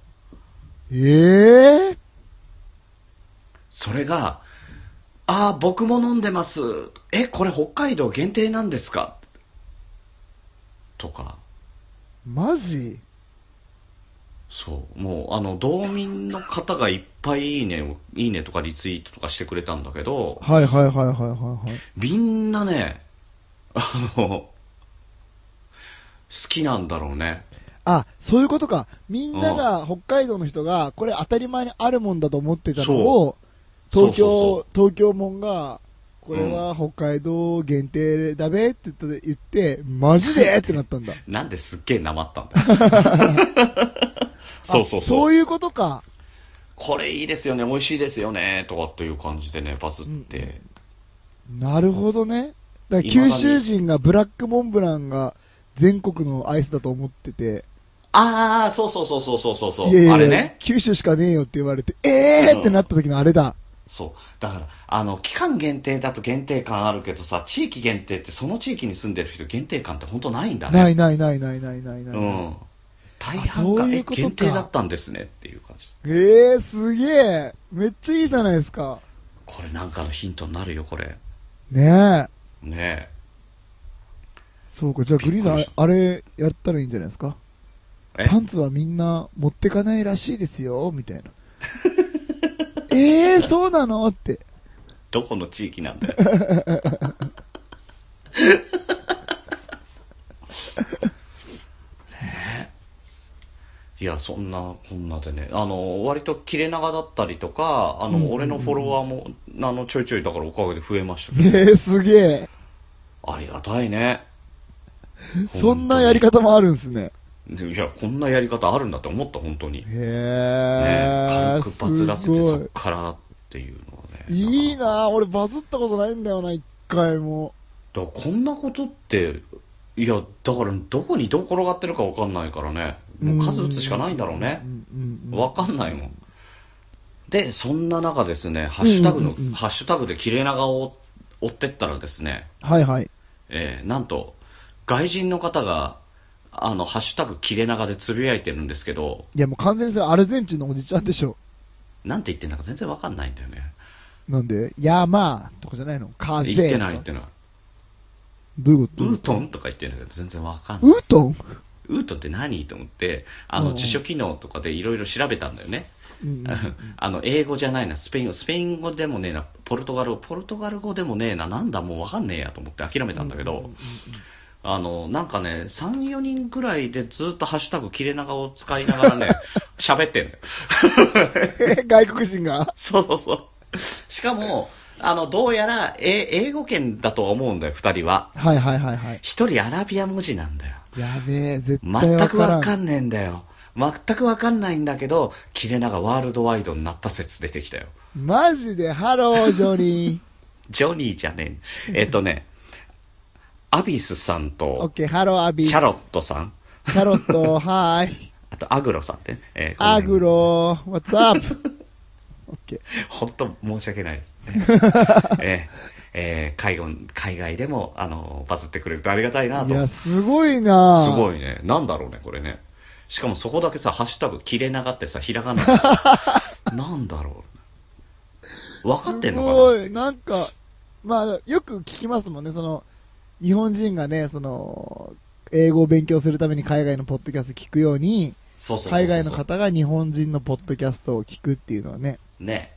S1: ええ
S2: それが、ああ、僕も飲んでます。え、これ北海道限定なんですかとか、
S1: マジ
S2: そう、もう、あの、道民の方がいっぱいいいねを、いいねとかリツイートとかしてくれたんだけど、
S1: はいはいはいはいはいはい。
S2: みんなね、あの、好きなんだろうね。
S1: あ、そういうことか。みんなが、北海道の人が、これ当たり前にあるもんだと思ってたのを、
S2: そう
S1: 東京、
S2: そう
S1: 東京もんが、これは北海道限定だべって言って、言ってマジでってなったんだ。
S2: なんですっげえなまったんだよ。そうそうそう。
S1: あ そういうことか。
S2: これいいですよね、美味しいですよね、とかっていう感じでね、バズって。
S1: なるほどね。だから九州人がブラックモンブランが全国のアイスだと思ってて、
S2: ああ、そうそうそうそうそうそうそう。
S1: いやいや
S2: あれね。
S1: 九州しかねえよって言われて、えーってなった時のあれだ。
S2: そう。だから、あの、期間限定だと限定感あるけどさ、地域限定ってその地域に住んでる人限定感って本当ないんだね。
S1: ないないないないないないな
S2: う
S1: い。
S2: ん。大
S1: あそ
S2: 半
S1: う
S2: が
S1: いう
S2: え
S1: ことか
S2: 限定だったんですねっていう感じ。
S1: えー、すげえ。めっちゃいいじゃないですか。
S2: これなんかのヒントになるよ、これ。
S1: ねえ。
S2: ね
S1: そうか、じゃあグリーンさん、あ
S2: びっくり
S1: れ
S2: し、
S1: あれやったらいいんじゃないですか
S2: え。え
S1: パンツはみんな持ってかないらしいですよ、み たいな。えー、そうなのって。
S2: どこの地域なん だよ。ねえいや、そんな、こんなでね、あの、割と切れ長だったりとか、あの、
S1: うんうんうん
S2: 俺のフォロワーも、あの、ちょいちょいだからおかげで増えました
S1: え
S2: けど、
S1: ー、すげえ。
S2: ありがたいね。
S1: そんなやり方もあるんですね。
S2: いや、こんなやり方あるんだって思った、本当に。ねえ
S1: へえ。
S2: 軽くバズらせて、そ
S1: す
S2: っ
S1: ごい
S2: からっていうのはね。
S1: いい
S2: だか
S1: なぁ俺バズったことないんだよな、一回も。
S2: らこんなことって、いや、だから、どこにどう転がってるかわかんないからね。もう数打つしかないんだろうね
S1: う。んうんうん
S2: わかんないもん。で、そんな中ですね、ハッシュタグの、
S1: うんうんうん
S2: ハッシュタグで切れ長を追ってったらですね、
S1: はいはい。
S2: えーなんと、外人の方が、あの、ハッシュタグ切れ長でつぶやいてるんですけど、
S1: いやもう完全にそれアルゼンチンのおじちゃんでしょ。
S2: なんて言ってんだか全然わかんないんだよね。
S1: なんで、山とかじゃないの風
S2: 言って
S1: と
S2: な
S1: か
S2: い言ってない。
S1: どういうこと
S2: ウートンとか言ってんだけど全然わかんない。
S1: ウートン
S2: ウートンって何と思って、あ
S1: うんう
S2: の、
S1: ん
S2: 辞書機能とかでいろいろ調べたんだよね。
S1: うんうん
S2: あの、英語じゃないな、スペイン語、スペイン語でもねえな、ポルトガル語、ポルトガル語でもねえな、なんだもうわかんねえやと思って諦めたんだけど、あの、なんかね、3、4人ぐらいでずっとハッシュタグ切れ長を使いながらね、 喋ってんだよ。
S1: え外国人が
S2: そうそうそう。しかも、あの、どうやら、え、英語圏だとは思うんだよ、二人は。
S1: はいはいはいはい。
S2: 一人アラビア文字なんだよ。
S1: やべえ、絶対
S2: 全
S1: わ
S2: く
S1: から
S2: わ
S1: ん。
S2: かんねえんだよ。全くわかんないんだけど、切れ長ワールドワイドになった説出てきたよ。
S1: マジで、ハロー、ジョニー。
S2: ジョニーじゃねえ。えっとね、アビスさん
S1: オ
S2: と、
S1: ッケー、ハロー、アビ
S2: シ
S1: ス。
S2: ャロットさん、
S1: シャロット、はーい。
S2: あとアグロさんってね、えーこの
S1: ア
S2: 辺
S1: グロ、what's up? オッケー。
S2: 本当申し訳ない ですね。えーえー海外、海外でも、あの、バズってくれるとありがたいなと。
S1: いや、
S2: す
S1: すごいな
S2: ご
S1: い。
S2: いね。なんだろうね、これね。しかもそこだけさ、ハッシュタグ、切れ長ってさ、ひら がな。なんだろう。分かって
S1: す
S2: んのか
S1: ご。
S2: ない
S1: なんか、まあ、よく聞きますもんね、その、日本人がね、その、英語を勉強するために海外のポッドキャスト聞くように、
S2: そうそうそうそう
S1: 海外の方が日本人のポッドキャストを聞くっていうのはね。
S2: ね。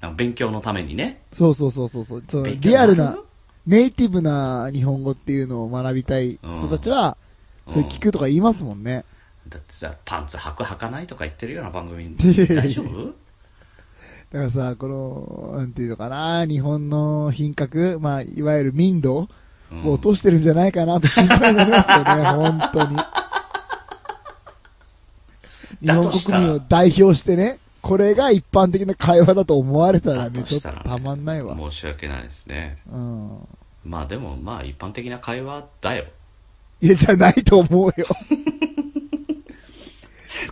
S2: なんか勉強のためにね。
S1: そうそうそうそうそう。その
S2: 勉強
S1: リアルな、ネイティブな日本語っていうのを学びたい人たちは、
S2: うん
S1: それ聞くとか言いますもんね。
S2: だってさ、パンツ履く履かないとか言ってるような番組、
S1: いやいや
S2: 大丈夫
S1: だからさ、この、なんていうのかな、日本の品格、まあ、いわゆる民度
S2: うん
S1: を落としてるんじゃないかなと心配になりますよね、本当に。日
S2: だ
S1: 本
S2: とした
S1: 国
S2: ら
S1: 民を代表してね、これが一般的な会話だと思われたら
S2: だ
S1: ね、
S2: と
S1: ちょっ
S2: し
S1: と
S2: たらね
S1: たまんないわ。
S2: 申し訳ないですね
S1: うん。
S2: まあでもまあ一般的な会話だよ
S1: いや、じゃないと思うよ。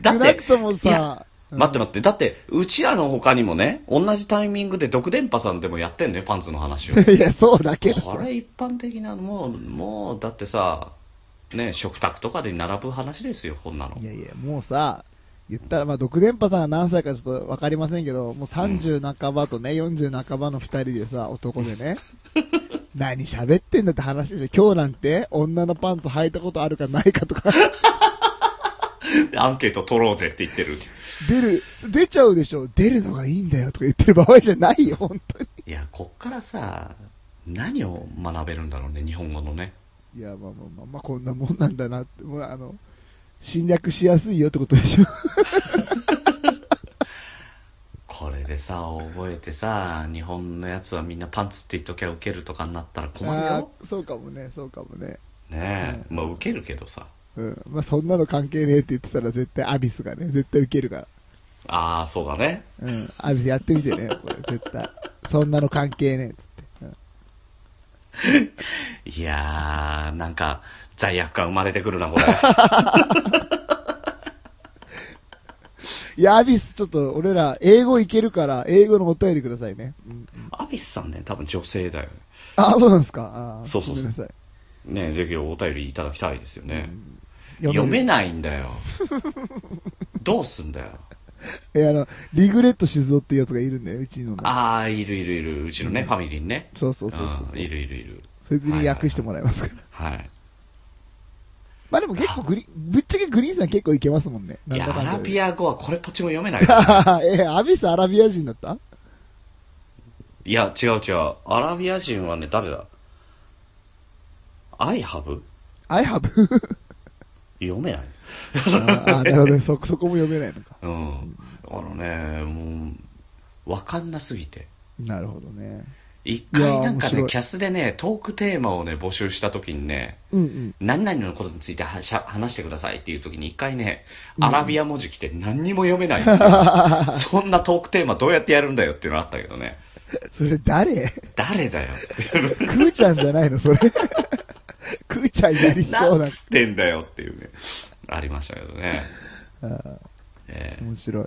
S2: だっ
S1: 少な
S2: て
S1: くとも
S2: い
S1: さ、うん
S2: 待って待ってだってうちらの他にもね同じタイミングで毒電波さんでもやってんのよパンツの話 を
S1: いや、そうだけど。
S2: これ一般的なもうもうだってさね食卓とかで並ぶ話ですよこんなの
S1: いやいや、もうさ、言ったら、まあ、独電波さんが何歳かちょっとわかりませんけど、もう30半ばとね、40半ばの二人でさ、男でね、 何喋ってんだって話でしょ。今日なんて、女のパンツ履いたことあるかないかとか、
S2: アンケート取ろうぜって言ってる
S1: 出る、出ちゃうでしょ。出るのがいいんだよとか言ってる場合じゃないよ、本当に。
S2: いやこっからさ何を学べるんだろうね日本語のね
S1: いや、まあまあまあ、まあ、こんなもんなんだなって、もうあの、侵略しやすいよってことでしょ。
S2: これでさ覚えてさ日本のやつはみんなパンツって言っときゃウケるとかになったら困る
S1: あ
S2: よ
S1: ーそうかもね、そうかもね。
S2: ねえ、まあウケるけどさ
S1: うん。まあ、そんなの関係ねえって言ってたら絶対アビスがね、絶対受けるから。
S2: ああそうだね
S1: うん。アビスやってみてね、これ絶対。そんなの関係ねえっつって。うん
S2: いやーなんか罪悪感生まれてくるなこれ
S1: いや、アビスちょっと俺ら英語いけるから、英語のお便りくださいね。うん、
S2: アビスさんね多分女性だよ
S1: あ、そうなんですかあー
S2: そうそうそう
S1: ごめんなさい。
S2: ねえぜひお便りいただきたいですよね、
S1: 読
S2: 読
S1: め
S2: めないんだよ どうすんだよ
S1: え、あの、リグレット静雄っていうやつがいるんだよ、うちのね。
S2: ああいるいるいるうちのね、ファミリーにね
S1: そうそうそうそう
S2: うんいるいるいる
S1: そいつに訳してもらいますから。
S2: はい
S1: まあでも結構グリーン、ぶっちゃけグリーンさん結構いけますもんね。ないんだ
S2: や
S1: か
S2: ア
S1: んだ
S2: ラ
S1: で。
S2: ビア語はこれっぽっちも読めないからね
S1: え、アビスアラビア人だった
S2: いや違う違うアラビア人はね誰だアイハブ
S1: ?I have.
S2: 読めない
S1: ああ、なるほどね。そ、そこも読めないのか。
S2: うんあのねもうわかんなすぎて
S1: なるほどね。
S2: 一
S1: いや
S2: 回
S1: ー
S2: なんか
S1: 面白
S2: ね
S1: い
S2: キャスでねトークテーマをね募集した時にね
S1: うんうん。
S2: 何々のことについてはしゃ話してくださいっていう時に一回ね、アラビア文字来て何にも読めない っていうそんなトークテーマどうやってやるんだよっていうのあったけどね。
S1: それ誰
S2: 誰だよっていう
S1: クーちゃんじゃないの それ。クーちゃんやり そ
S2: な
S1: うんな。
S2: つってんだよっていうね。ありましたけどね。ええ
S1: 面白い。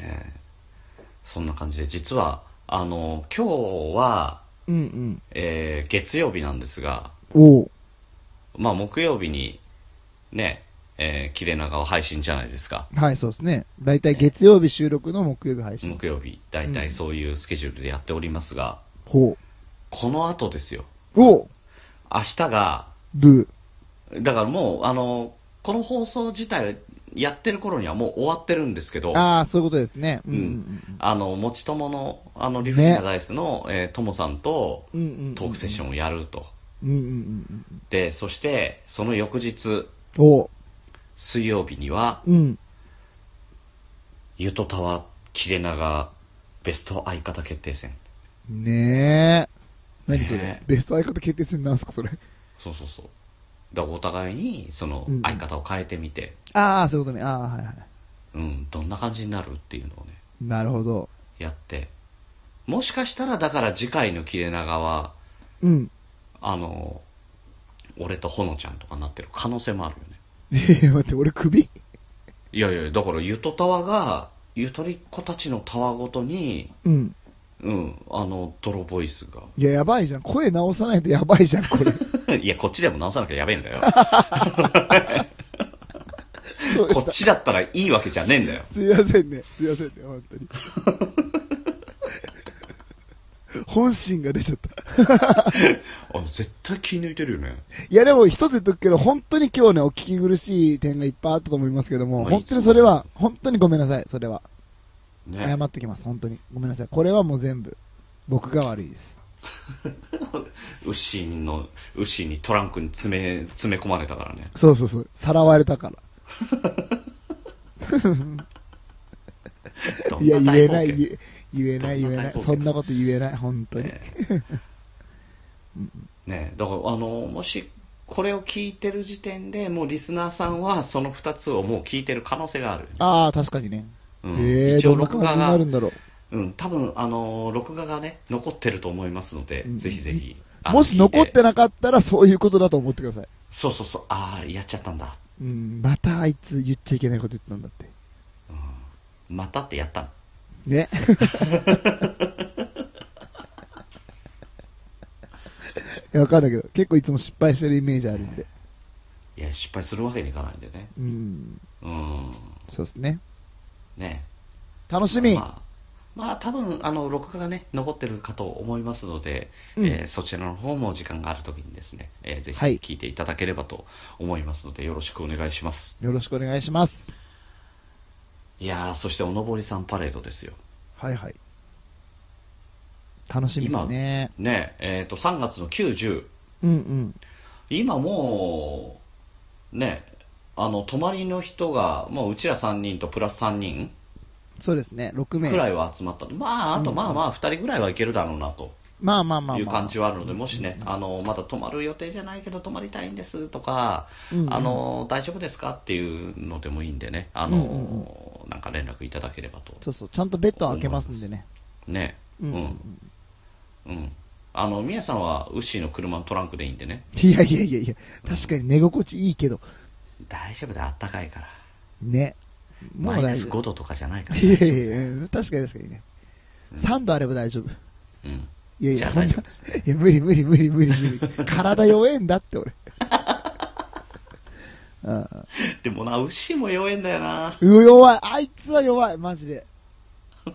S2: ええそんな感じで、実は、あの、今日は、
S1: うん
S2: ええ月曜日なんですが、
S1: うん。おう。
S2: まあ木曜日に、ね、ええ切れ長を配信じゃないですか。
S1: はい、そうですね。だいたい月曜日収録の木曜日配信。
S2: 木曜日、大体そういうスケジュールでやっておりますが、
S1: ほ
S2: この後ですよ。
S1: う。おう。
S2: 明日が、
S1: ブ
S2: だからもう、あの、この放送自体やってる頃にはもう終わってるんですけど、
S1: ー。ああ、そういうことですね。う
S2: うんん。あの、持ち友の、あの、リフレッシャーダイスの、えーともさんと
S1: うんうん。うんうん。
S2: トークセッションをやると。
S1: うんうんうんうん。
S2: で、そして、その翌日、
S1: おう。
S2: 水曜日には、
S1: うん。
S2: ゆとたわ、きれなが、ベスト相方決定戦。
S1: ねえ。何それ
S2: ねえ
S1: ベスト相方決定戦なんすかそれ。
S2: そうそうそう。だからお互いに、その
S1: うんうん、
S2: 相方を変えてみて、
S1: ああ、そういうことね。ああ、はいはい。
S2: うん、どんな感じになるっていうのをね、
S1: なるほど。
S2: やって。もしかしたら、だから次回の切れ長は、
S1: うん。
S2: あの、俺とほのちゃんとかなってる可能性もあるよね。
S1: えー、待って、俺首
S2: いやいや、だからゆとたわが、ゆとりっ子たちのたわごとに、
S1: うん。
S2: うん、あの、泥ボイスが。
S1: いや、やばいじゃん。声直さないとやばいじゃん、こ れ。
S2: いや、こっちでも直さなきゃやべえんだ よ。
S1: そうで
S2: こ
S1: し。
S2: ったちだったらいいわけじゃねえんだよ。
S1: すいませんね。すいませんね、本当に。 本心が出ちゃった。
S2: あ絶対気抜いてるよね。
S1: いや、でも一つ言っとくけど、本当に今日ね、お聞き苦しい点がいっぱいあったと思いますけども、
S2: まあ
S1: 本当にそれは、本当にごめんなさい、それは。謝
S2: ね。
S1: っときます、本当に。ごめんなさい。これはもう全部、僕が悪いです。
S2: 牛の、牛にトランクに詰め、詰め込まれたからね。
S1: そうそうそう、さらわれたから。
S2: どん
S1: いや、
S2: な大
S1: 言え
S2: 冒
S1: ない、
S2: 険
S1: 言え言えない言えない。そんなこと言えない、本当に。
S2: ね ねだからあのもしこれを聞いてる時点でもうリスナーさんはその2つをもう聞いてる可能性がある、
S1: ああ、確かにね。
S2: うん
S1: ええ
S2: 一応
S1: どんな
S2: 録画
S1: 感じにな
S2: が
S1: るんだろう。
S2: うん、多分あの録画がね残ってると思いますので、
S1: うん
S2: ぜひぜひあの
S1: もし
S2: 聞い
S1: 残ってなかったらそういうことだと思ってください。
S2: そうそうそうああやっちゃったんだ
S1: うん、またあいつ言っちゃいけないこと言ったんだって。
S2: またってやったの
S1: ね。 いやわかんないけど、結構いつも失敗してるイメージあるんで。
S2: いや失敗するわけにいかないんでね
S1: うん、
S2: うん
S1: そうですね。
S2: ね
S1: 楽しみ、
S2: まあ、まあ、多分あの録画がね残ってるかと思いますので、
S1: うん
S2: えーそちらの方も時間があるときにですね、えーぜひ
S1: はい
S2: 聞いていただければと思いますので、よろしくお願いします
S1: よろしくお願いします。
S2: いやーそしておのぼりさんパレードですよ
S1: はいはい。楽しみですね。
S2: ねえーと3月の90
S1: うんうん。
S2: 今もうねあの泊まりの人がもううちら3人とプラス3人
S1: そうですね、6名。
S2: くらいは集まった、まああとまあまあ2人ぐらいはいけるだろうなと
S1: まあまあまあ
S2: いう
S1: まあ
S2: 感。じはあるので、もしね、あの、まだ泊まる予定じゃないけど泊まりたいんですとか、
S1: うん
S2: あの、大丈夫ですかっていうのでもいいんでね、あ
S1: うんうん
S2: の、なんか連絡いただければと。
S1: そうそう、ちゃんとベッド開けますんでね。
S2: ね。う
S1: うん
S2: ん。うん。あの、みやさんはウッシーの車のトランクでいいんでね。
S1: いやいやいやいや、確かに寝心地いいけど、
S2: 大丈夫だ、あったかいから。
S1: ね。
S2: マイナス
S1: 夫。
S2: 5度とかじゃないから。
S1: いやいやいや、確かに確かにね。3度あれば大丈夫。
S2: うん。
S1: いやい
S2: じゃ
S1: や、
S2: あ
S1: そんな、
S2: 大
S1: い
S2: 丈夫ですね。
S1: や、無理無理無理無理無理。体弱えんだっ て俺。
S2: でもな、ウッシーも弱えんだよな。
S1: う弱い。あいつは弱い、マジで。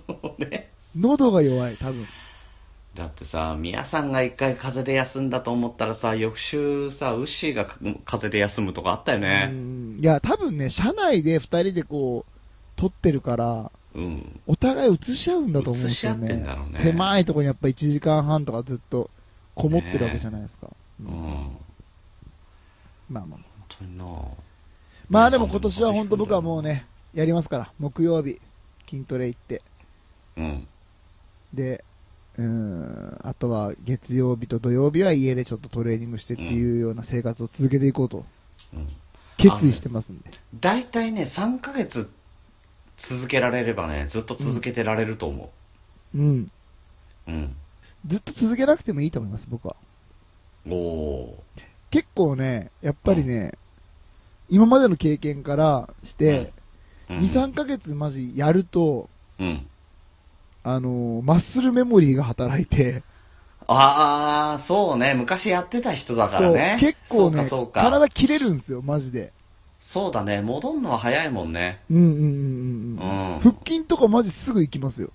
S2: もうね。
S1: 喉が弱い、多分。
S2: だってさ、みやさんが一回風邪で休んだと思ったらさ、翌週さ、ウッシーが風邪で休むとかあったよね。
S1: うんいや、多分ね、車内で二人でこう、撮ってるから、
S2: うん、
S1: お互い映し合うんだと思うんですよ
S2: 映し合ってん
S1: ね
S2: だ。ろうね
S1: 狭いとこにやっぱ1時間半とかずっとこもってるわけじゃないですか。
S2: うん、本
S1: まあまあまあ。
S2: 当にな。
S1: まあでも今年は本当僕はもうね、やりますから。木曜日、筋トレ行って。
S2: うん、
S1: で、うーん、あとは月曜日と土曜日は家でちょっとトレーニングしてっていうような生活を続けていこうと
S2: うん。
S1: 決意してますんで。
S2: 大体ね、3ヶ月続けられればね、ずっと続けてられると思
S1: うん。
S2: う。うん。
S1: ずっと続けなくてもいいと思います、僕は。
S2: おお
S1: 結構ね、やっぱりね、今までの経験からして、
S2: ー。うん
S1: 2、3ヶ月マジやると、
S2: うん。
S1: あのーマッスルメモリーが働いて、
S2: ああ、そうね。昔やってた人だからね。
S1: そう結構
S2: そうか、
S1: ね
S2: そうか。
S1: 体切れるんですよ、マジで。
S2: そうだね。戻るのは早いもんね。
S1: うんうんうんう
S2: う
S1: ん。う
S2: ん
S1: ん、腹筋とかマジすぐ行きますよ。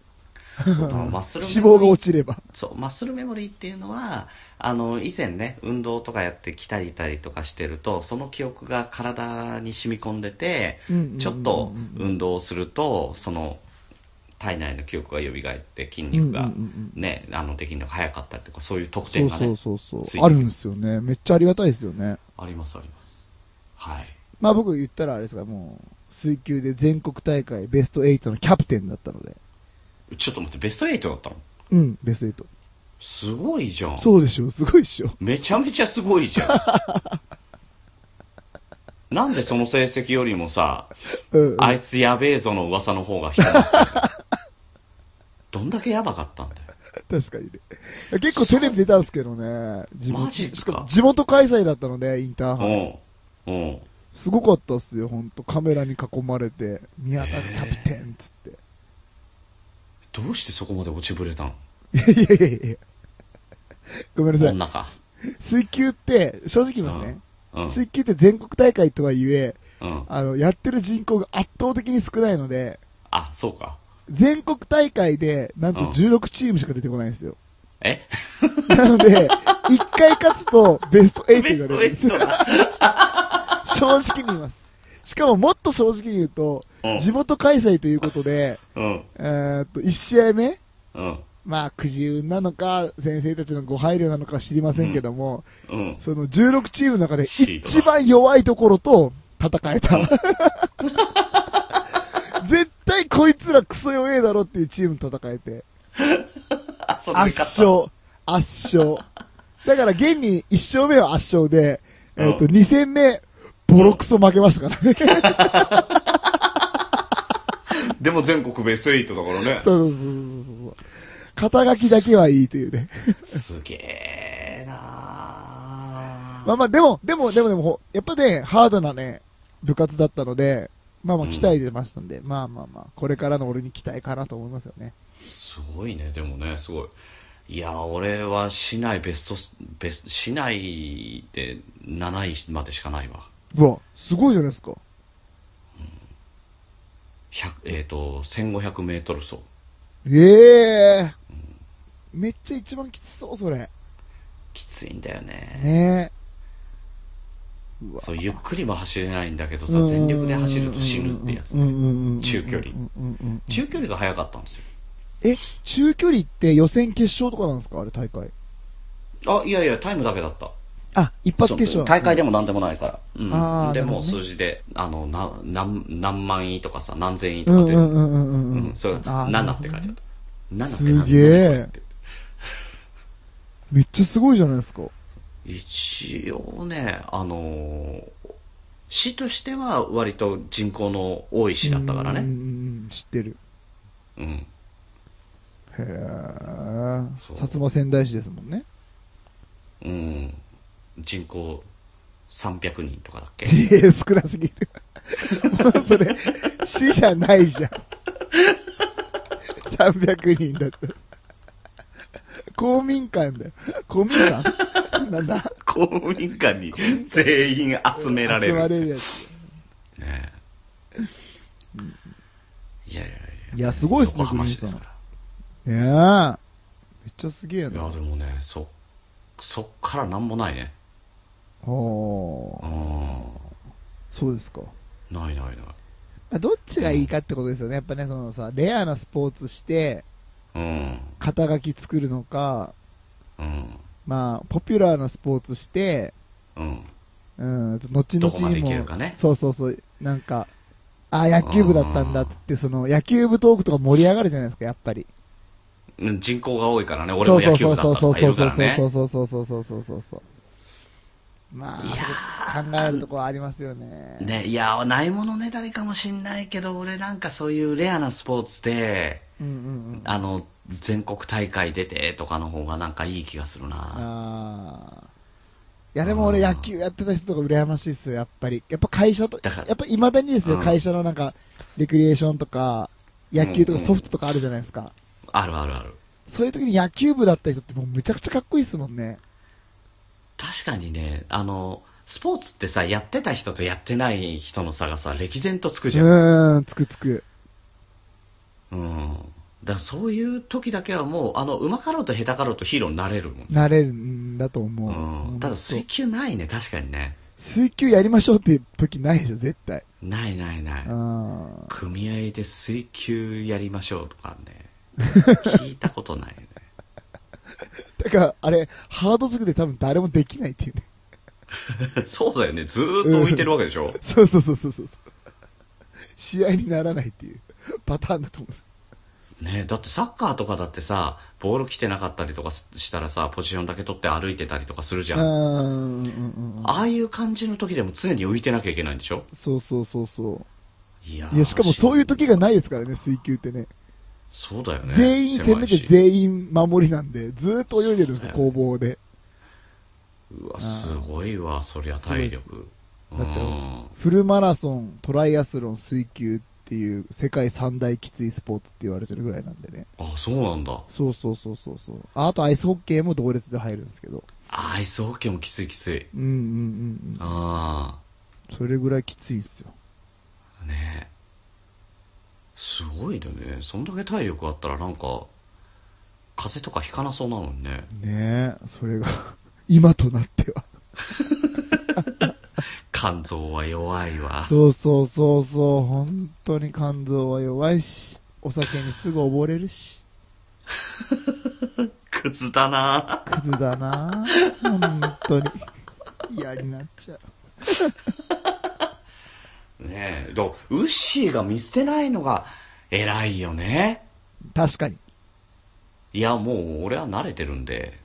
S2: そうだ、マッスル
S1: 脂
S2: メ
S1: 肪
S2: モ
S1: が
S2: リー
S1: 落ちれば。
S2: そう、マッスルメモリーっていうのは、あの、以前ね、運動とかやって鍛えたりとかしてると、その記憶が体に染み込んでて、
S1: うんうんうんうん
S2: ちょっと運動をすると、その、体内の記憶が蘇って筋肉
S1: うん
S2: が
S1: うんうん
S2: ね、あの、できるのが早かったりとか、そういう特
S1: そ
S2: 典
S1: う
S2: が
S1: そう
S2: ね、
S1: そうそう
S2: ついてく。る
S1: あるんですよね。めっちゃありがたいですよね。
S2: ありますあります。はい。
S1: まあ僕言ったらあれですが、もう、水球で全国大会ベスト8のキャプテンだったので。
S2: ちょっと待って、ベスト8だったの
S1: うん、ベスト
S2: すごいじゃん
S1: 8。。そうでしょ、すごいっしょ。
S2: めちゃめちゃすごいじ ゃん。なんでその成績よりもさ、
S1: うんうん。
S2: あいつやべえぞの噂の方がひどい。 どんだけやばかったんだよ。
S1: 確かにね。結構テレビ出たんですけどね。地元
S2: マジか
S1: しかも地元開催だったので、インターハイ。
S2: うん。うん。
S1: すごかったっすよ、ほんと。カメラに囲まれて、宮田キャプテンっつって。
S2: どうしてそこまで落ちぶれたの
S1: いやいやいやいや。ごめんなさい。
S2: 女か。
S1: 水球って、正直言いますね。
S2: うん。
S1: 水球って全国大会とはいえ、
S2: うん。
S1: あの、やってる人口が圧倒的に少ないので、
S2: あ、そうか。
S1: 全国大会で、なん
S2: う
S1: と
S2: ん
S1: 16チームしか出てこないんですよ。
S2: え
S1: なので、1回勝つと、ベスト 8
S2: ベ
S1: 言
S2: ス
S1: わ
S2: ト
S1: れるんです
S2: 8
S1: よ。
S2: だ。
S1: 正直に言います。しかももっと正直に言うと、
S2: うん
S1: 地元開催ということで、
S2: うん。
S1: えーっと、1試合目、
S2: うん。
S1: まあ、くじ運なのか、先生たちのご配慮なのか知りませんけども、
S2: うん。
S1: その16チームの中で
S2: シードだ
S1: 一番弱いところと戦えた。 絶対こいつらクソ弱えだろっていうチームと戦えて。
S2: あ、それで勝っ
S1: 圧
S2: た。
S1: 勝。圧勝。だから現に1勝目は圧勝で、
S2: うん
S1: えっ、と、2戦目、ボロクソ負けましたからね。
S2: でも全国ベスト8だからね。
S1: そうそうそうそうそう。肩書きだけはいいというね。
S2: すげえな
S1: まあまあ、でも、でも、でも、でもほ、やっぱね、ハードなね、部活だったので、まあまあ、
S2: うん
S1: 期待出ましたんで、まあまあまあ、これからの俺に期待かなと思いますよね。
S2: すごいね、でもね、すごい。いや、俺は市内ベスト、ベスト、市内で7位までしかないわ。
S1: うわ、すごいじゃないですか。
S2: 100えっ、と、1500メートル走。
S1: ええめっちゃ一番きつそう、それ。
S2: きついんだよね。
S1: ねえ。うわ
S2: そう、ゆっくりも走れないんだけど
S1: う
S2: さ、
S1: ん
S2: 全力で走ると死ぬってやつ
S1: う。んうんうんうんうん
S2: 中距離
S1: うんうんうんうん
S2: 中距離が速かったんですよ。
S1: え、中距離って予選決勝とかなんですかあれ大会。
S2: あ、いやいや、タイムだけだった。
S1: あ、一発決
S2: そう
S1: 勝。
S2: 大会でも何でもないから。うん
S1: あー
S2: で
S1: なる
S2: も
S1: ほどね
S2: 数字で、あの、な何、何万位とかさ、何千位と
S1: う
S2: か
S1: ん
S2: 出
S1: う
S2: る。
S1: んうんうんうん
S2: う
S1: う
S2: ん、
S1: ん
S2: それ、
S1: あー
S2: 7って書いてあった。7って
S1: すげえ
S2: 何って
S1: めっちゃすごいじゃないですか。
S2: 一応ね、あのー市としては割と人口の多い市だったから
S1: うんうん
S2: ね。
S1: うん知ってる。
S2: うん。
S1: へえ。薩
S2: そう
S1: 摩仙台市ですもんね。
S2: うん。人口300人とかだっけ
S1: いや、少なすぎる。 もうそれ、死じゃないじゃん。300人だったら。公民館だよ。公民館なんだ
S2: 公民館に全員集められ
S1: 集ま
S2: る。
S1: れるやつ。
S2: ねえいやいやいや。
S1: いやすごいっすね
S2: 横浜市
S1: グリーンさん
S2: ですから
S1: ねえ。めっちゃすげえ
S2: いや、
S1: な。
S2: でもね、そう。そっからなんもないね。
S1: お
S2: う
S1: ー
S2: ん。
S1: そうですか。
S2: ないないない。
S1: あどっちがいいかってことですよね。やっぱね、そのさ、レアなスポーツして、
S2: うん。
S1: 肩書き作るのか、
S2: うん。
S1: まあ、ポピュラーなスポーツして、
S2: うん。
S1: うん、後
S2: どこ
S1: 々
S2: まで
S1: に
S2: い
S1: も、
S2: けるかね
S1: そうそうそう、なんか、あ野球部だったんだっつって、その、野球部トークとか盛り上がるじゃないですか、やっぱり。
S2: うん人口が多いからね、俺
S1: そ
S2: も
S1: うそ
S2: 野
S1: う
S2: 球
S1: そ
S2: 部
S1: う
S2: だ
S1: そ
S2: っ
S1: う
S2: たとかい
S1: そうそう
S2: るか
S1: そう
S2: らね。
S1: そうそうそうそうそうそうそうそう。まあ、そこ考えるとこはありますよね。
S2: ね、いや、ないものねだりかもしんないけど、俺なんかそういうレアなスポーツで、
S1: うんうんうん。
S2: あの、全国大会出てとかの方がなんかいい気がするな。
S1: ああ。いやでも俺野球やってた人とか羨ましいっすよ、やっぱり。やっぱ会社と、
S2: だから
S1: やっぱ未だにですよ、
S2: うん
S1: 会社のなんか、レクリエーションとか、野球とか
S2: うん
S1: ソフトとかあるじゃないですか。
S2: あるあるある。
S1: そういう時に野球部だった人ってもうむちゃくちゃかっこいいっすもんね。
S2: 確かにね、あの、スポーツってさ、やってた人とやってない人の差がさ、歴然とつく
S1: う
S2: じゃん。
S1: ーん、つくつく。
S2: うん。だからそういう時だけはもう、あの、うまかろうと下手かろうとヒーローになれるもんね。
S1: なれるんだと思う。
S2: うん。ただ
S1: そう
S2: 水球ないね、確かにね。
S1: 水球やりましょうっていう時ないでしょ、絶対。
S2: ないないない。
S1: ああ。
S2: 組合で水球やりましょうとかね聞いたことないよね
S1: だから、あれ、ハードすぎて多分誰もできないっていうね。
S2: そうだよねずーっと浮いてるわけでしょ、
S1: そうそうそうそうそう。試合にならないっていうパターンだと思うんです。
S2: ねだってサッカーとかだってさボール来てなかったりとかしたらさポジションだけ取って歩いてたりとかするじ
S1: う
S2: ゃん、
S1: ー
S2: あ
S1: んうんうんうん。
S2: あいう感じの時でも常に浮いてなきゃいけないんでしょ
S1: そうそうそうそ
S2: いや
S1: う。いや、しかもそういう
S2: と
S1: 時がないですからね、水球ってね。
S2: そうだよね
S1: 全員攻めて
S2: 狭いし
S1: 全員守りなんで、ずーっと泳いでるんですよ、
S2: そう
S1: 攻防で。
S2: うわすごいわそりゃ体
S1: す
S2: 力う
S1: だって
S2: ん
S1: フルマラソン、トライアスロン、水球っていう世界三大きついスポーツって言われてるぐらいなんでね。
S2: あそうなんだ
S1: そうそうそうそうそう。ああとアイスホッケーも同列で入るんですけど。
S2: アイスホッケーもきついきつい
S1: うんうんうんう
S2: ああ
S1: ん。それぐらいきついんですよ。
S2: ねえすごいよねそんだけ体力あったらなんか風邪とかひかなそうなのにね
S1: ねえ、それが、今となっては。
S2: 肝臓は弱いわ
S1: そうそうそうそう、本当に肝臓は弱いし、お酒にすぐ溺れるし、
S2: クズだな
S1: クズだな本当に。嫌になっちゃう。
S2: ねえどウッシーが見捨てないのが偉いよね
S1: 確かに。
S2: いや、もう俺は慣れてるんで、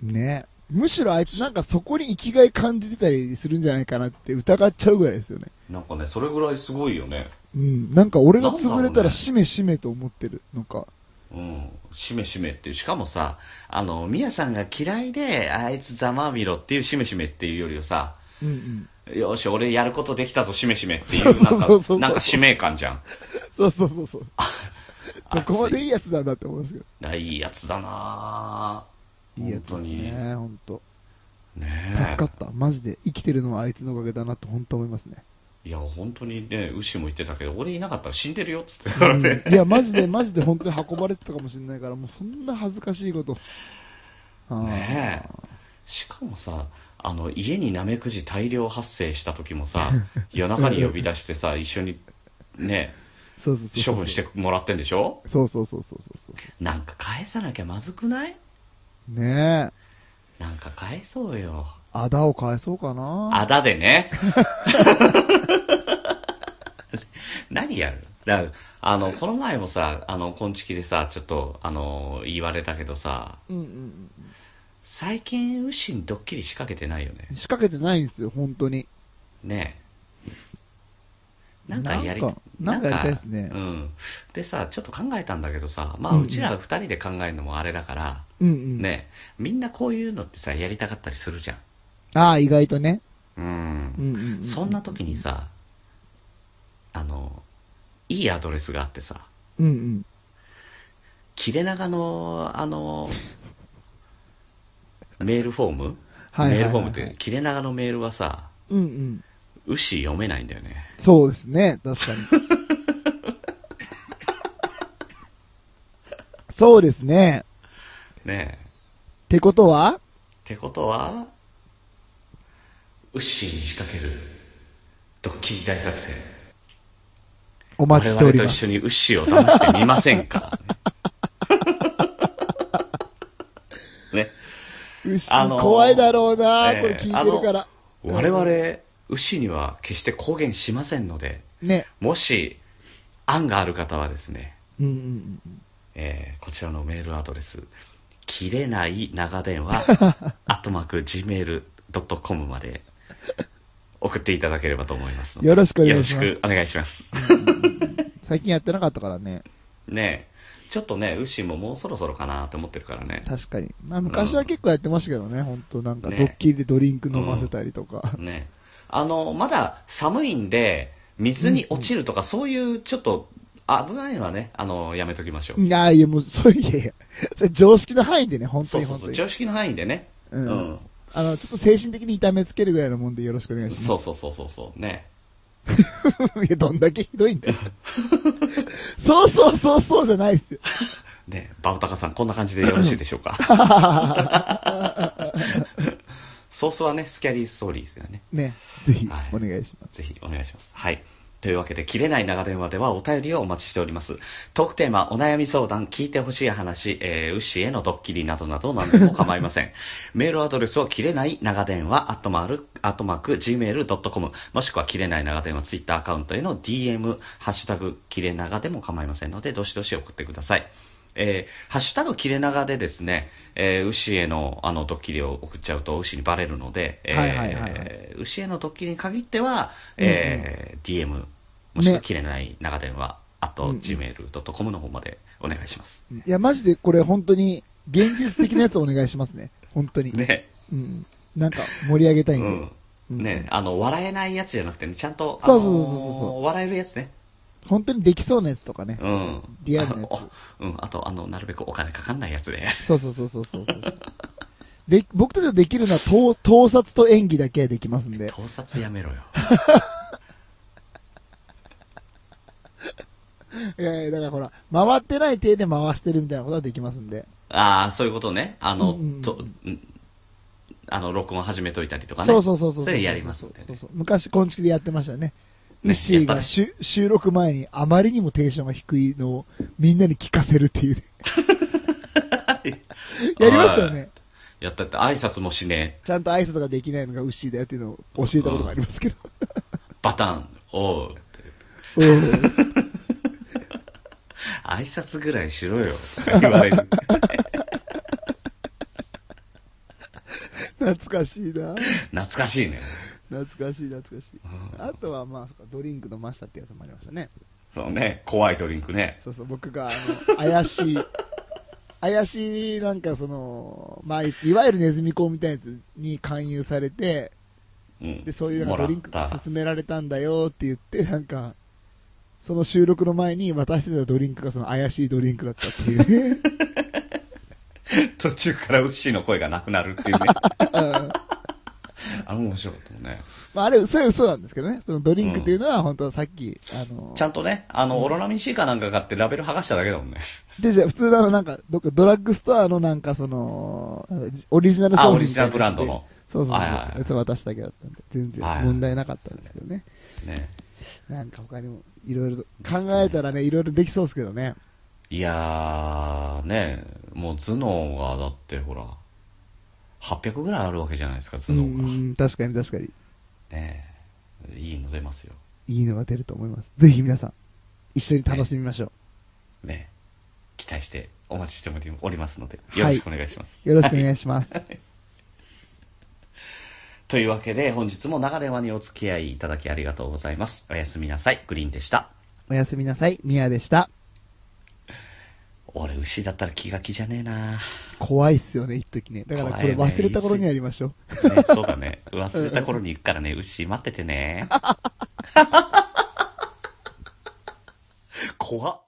S1: ね。むしろあいつなんかそこに生きがい感じてたりするんじゃないかなって疑っちゃうぐらいですよね。
S2: なんかね、それぐらいすごいよね。
S1: うん。なんか俺が潰れ
S2: なん
S1: た
S2: だろう
S1: ら
S2: ね
S1: しめしめと思ってる。なんか。
S2: うん、しめしめっていう。しかもさ、あの、みやさんが嫌いで、あいつざまあみろっていうしめしめっていうよりはさ、
S1: うんうん。
S2: よし、俺やることできたぞ、しめしめってい
S1: そう
S2: う、
S1: そう
S2: な
S1: そ
S2: ん
S1: うそう
S2: か、なんか使命感じゃん。
S1: そうそうそうそう。どこまで
S2: い
S1: いいやつなんだって思いますけど。
S2: やいいやつだなぁ
S1: いいやつですね。本当。
S2: 本当にねえ
S1: 助かった。マジで。生きてるのはあいつのおかげだなと本当思いますね。
S2: いや、本当にね、牛も言ってたけど、俺いなかったら死んでるよっつってたから ね。
S1: うんいや、マジで、マジで本当に運ばれてたかもしれないから、もうそんな恥ずかしいこと。あー
S2: ねえしかもさあの家にナメクジ大量発生した時もさ夜中に呼び出してさ一緒にね
S1: そう そうそうそう。
S2: 処分してもらってんでしょ
S1: そうそうそうそうそうそうそ。
S2: なんか返さなきゃまずくないう
S1: ねえ。
S2: なんか返そうよ
S1: あだを返そうかな。
S2: あだでね 何やるだからあのこの前もさあの昆虫でさちょっとあの言われたけどさ
S1: うんうんうん。
S2: 最近牛にドッキリ仕掛けてないよね
S1: 仕掛けてないんですよ、本当に。
S2: ねえなんかやり
S1: なんかなんかやりたいですね
S2: うん、でさちょっと考えたんだけどさまあ
S1: うんうん
S2: うちら二人で考えるのもあれだから、
S1: うんうん。。
S2: ねえみんなこういうのってさやりたかったりするじゃん
S1: ああ、意外とね。
S2: うん、
S1: うんうん、うん。
S2: そんな時にさあのいいアドレスがあってさ
S1: うんうん。
S2: 切れ長のあのメールフォーム
S1: はいはい
S2: メー
S1: はいはい
S2: ルフォームって切れ長のメールはさ
S1: うんうん。
S2: 牛読めないんだよね
S1: そうですね、確 かに。そうですね。
S2: ねえ
S1: ってことは
S2: ってことは、ウッシーに仕掛けるドッキリ大作戦。
S1: お
S2: 我
S1: 待ちしてお
S2: 々
S1: り
S2: と
S1: ま
S2: 一
S1: す。
S2: 緒にウッシーを騙してみませんか ね。
S1: うっしー
S2: あのー
S1: 怖いだろうな、
S2: ええ
S1: これ聞いてるから。
S2: 我々、ウッシーには決して公言しませんので、
S1: ね。
S2: もし、案がある方はですね、
S1: うんうんうん。
S2: えーこちらのメールアドレス、切れない長電 話、アットマーク gmail.com まで送っていただければと思いますので
S1: よろしくお願いします
S2: よろしくお願いします。
S1: 最近やってなかったからね。
S2: ねえ、ちょっとね、ウシももうそろそろかなって思ってるからね。
S1: 確かに。まあ昔は結構やってましたけどね、本当なんかド
S2: ね
S1: ッキリでドリンク飲ませたりとか。
S2: ねえあの、まだ寒いんで、水に落ちるとか、そういうちょっと危ないのはね、あの、やめときましょう。
S1: いやいや、もう、そういやいや。それ常識の範囲でね、本当
S2: そう
S1: に
S2: そう
S1: 本
S2: そ
S1: 当
S2: う、
S1: に。
S2: 常識の範囲でね。
S1: うんあの、ちょっと精神的に痛めつけるぐらいのもんでよろしくお願いします。
S2: そうそうそうそうそう、ね。
S1: いや、どんだけひどいんだ よ。そうそうそうそうじゃないっすよ。
S2: ね、バオタカさん、こんな感じでよろしいでしょう か。ソースはね、スキャリーストーリーですよね。
S1: ね。ぜひ
S2: はい、
S1: お願いします。
S2: ぜひお願いします。はい。というわけで、切れない長電話ではお便りをお待ちしております。トークテーマ、お悩み相談、聞いてほしい話、えー、牛へのドッキリなどなど何でも構いま せん。メールアドレスは、切れない長電話、アットマーク、アットマーク、gmail.com、もしくは、切れない長電話、ツイッターアカウントへの DM、ハッシュタグ、切れ長でも構いませんので、どしどし送ってください。えーハッシュタグ切れ長でですね、えー、牛へのあのドッキリを送っちゃうと牛にバレるので、えー
S1: はいはいはいはい
S2: 牛へのドッキリに限っては、えー DM もしくは
S1: ね
S2: 切れない長電話、あ
S1: うん
S2: と
S1: うん
S2: gmail.com の方までお願いします。
S1: いや、マジでこれ本当に、現実的なやつお願いし ますね。本当に。
S2: ね。
S1: うん。なんか、盛り上げたいん
S2: う
S1: で。
S2: ん。ね、あの、笑えないやつじゃなくてね、ちゃんと、
S1: そうそ
S2: あ
S1: うそう
S2: のー
S1: そうそう
S2: 笑えるやつね。
S1: 本当にできそうなやつとかね。
S2: う
S1: ちょっ
S2: ん
S1: と。リアルなや
S2: あのおうん。あと、あの、なるべくお金かかんないやつで。
S1: つ。そうそうそうそうそうそう。で、僕たちができるのは、盗盗撮と演技だけできますんで。
S2: 盗撮やめろよ。
S1: いやいや、だからほら、回ってない手で回してるみたいなことはできますんで。
S2: ああ、そういうことね。あの、
S1: うんうんうん
S2: と、うんあの、録音始めといたりとかね。
S1: そうそうそうそう。
S2: それやりますんでね
S1: そうそう昔、昆虫でやってましたよね。ウ
S2: ね
S1: ッシ
S2: や
S1: ーが
S2: ったね
S1: しゅ収録前にあまりにもテンションが低いのをみんなに聞かせるっていうね。 やりましたよね。
S2: やったって挨拶もしね
S1: ちゃんと挨拶ができないのがウッシーだよっていうのを教えたことがありますけど。
S2: え、バタン、おう。
S1: うん
S2: 挨拶ぐらいしろよ。言われる。
S1: 懐かしいな。
S2: 懐かしいね。
S1: 懐かしい、懐かしい。あとは、まあ、そっかドリンク飲ましたってやつもありましたね。
S2: そうね、怖いドリンクね。
S1: そうそう、僕が、あの、怪しい、 怪しい、なんかその、まあ、いわゆるネズミ講みたいなやつに勧誘されて、
S2: うん。
S1: で、そういうなん
S2: も
S1: からド
S2: っ
S1: リンク
S2: た
S1: 勧められたんだよって言って、なんか、その収録の前に渡してたドリンクがその怪しいドリンクだったっていうね。
S2: 途中からウッシーの声がなくなる っていうね。あの面白かったもんね。
S1: まあ、あれ、それは嘘なんですけどね。そのドリンクっていうのは、本当はさっき、あの
S2: ち、ゃんとね、あの、オロナミン C かなんか買ってラベル剥がしただけだもんね。
S1: で、じゃあ普通のあの、なんか、どっかドラッグストアのなんかその、オリジナル
S2: あ、
S1: 商
S2: オ
S1: 品
S2: リ
S1: み
S2: ジ
S1: た
S2: ナ
S1: い
S2: ルブ
S1: な
S2: ラ
S1: やつ
S2: ンド
S1: で
S2: の。
S1: そうそうそう。
S2: はいはいはい
S1: やつ渡すだけだったんで、全然
S2: はいはい
S1: 問題なかったんですけどね。
S2: ね。
S1: なんか他にも、いろいろと考えたらね、いろいろできそうですけどね。
S2: いやー、ね、もう頭脳が、だってほら、800ぐらいあるわけじゃないですか、
S1: う
S2: 頭脳が。
S1: ん、確かに確かに。
S2: ねいいの出ますよ。
S1: いいのが出ると思います。ぜひ皆さん、一緒に楽しみましょ
S2: ね期待してお待ちしておりますので、
S1: はい
S2: よろしくお願いします。
S1: う。よろしくお願いします。
S2: というわけで、本日も長電話にお付き合いいただきありがとうございます。おやすみなさい。グリーンでした。
S1: おやすみなさい。ミヤでした。
S2: 俺、牛だったら気が気じゃねえな、ね、
S1: 怖いっすよね、一時ね。だからこれ
S2: 怖いよね
S1: 忘れた頃にやりましょう。
S2: そうだね。忘れた頃に行くからね、牛待っててね。怖っ。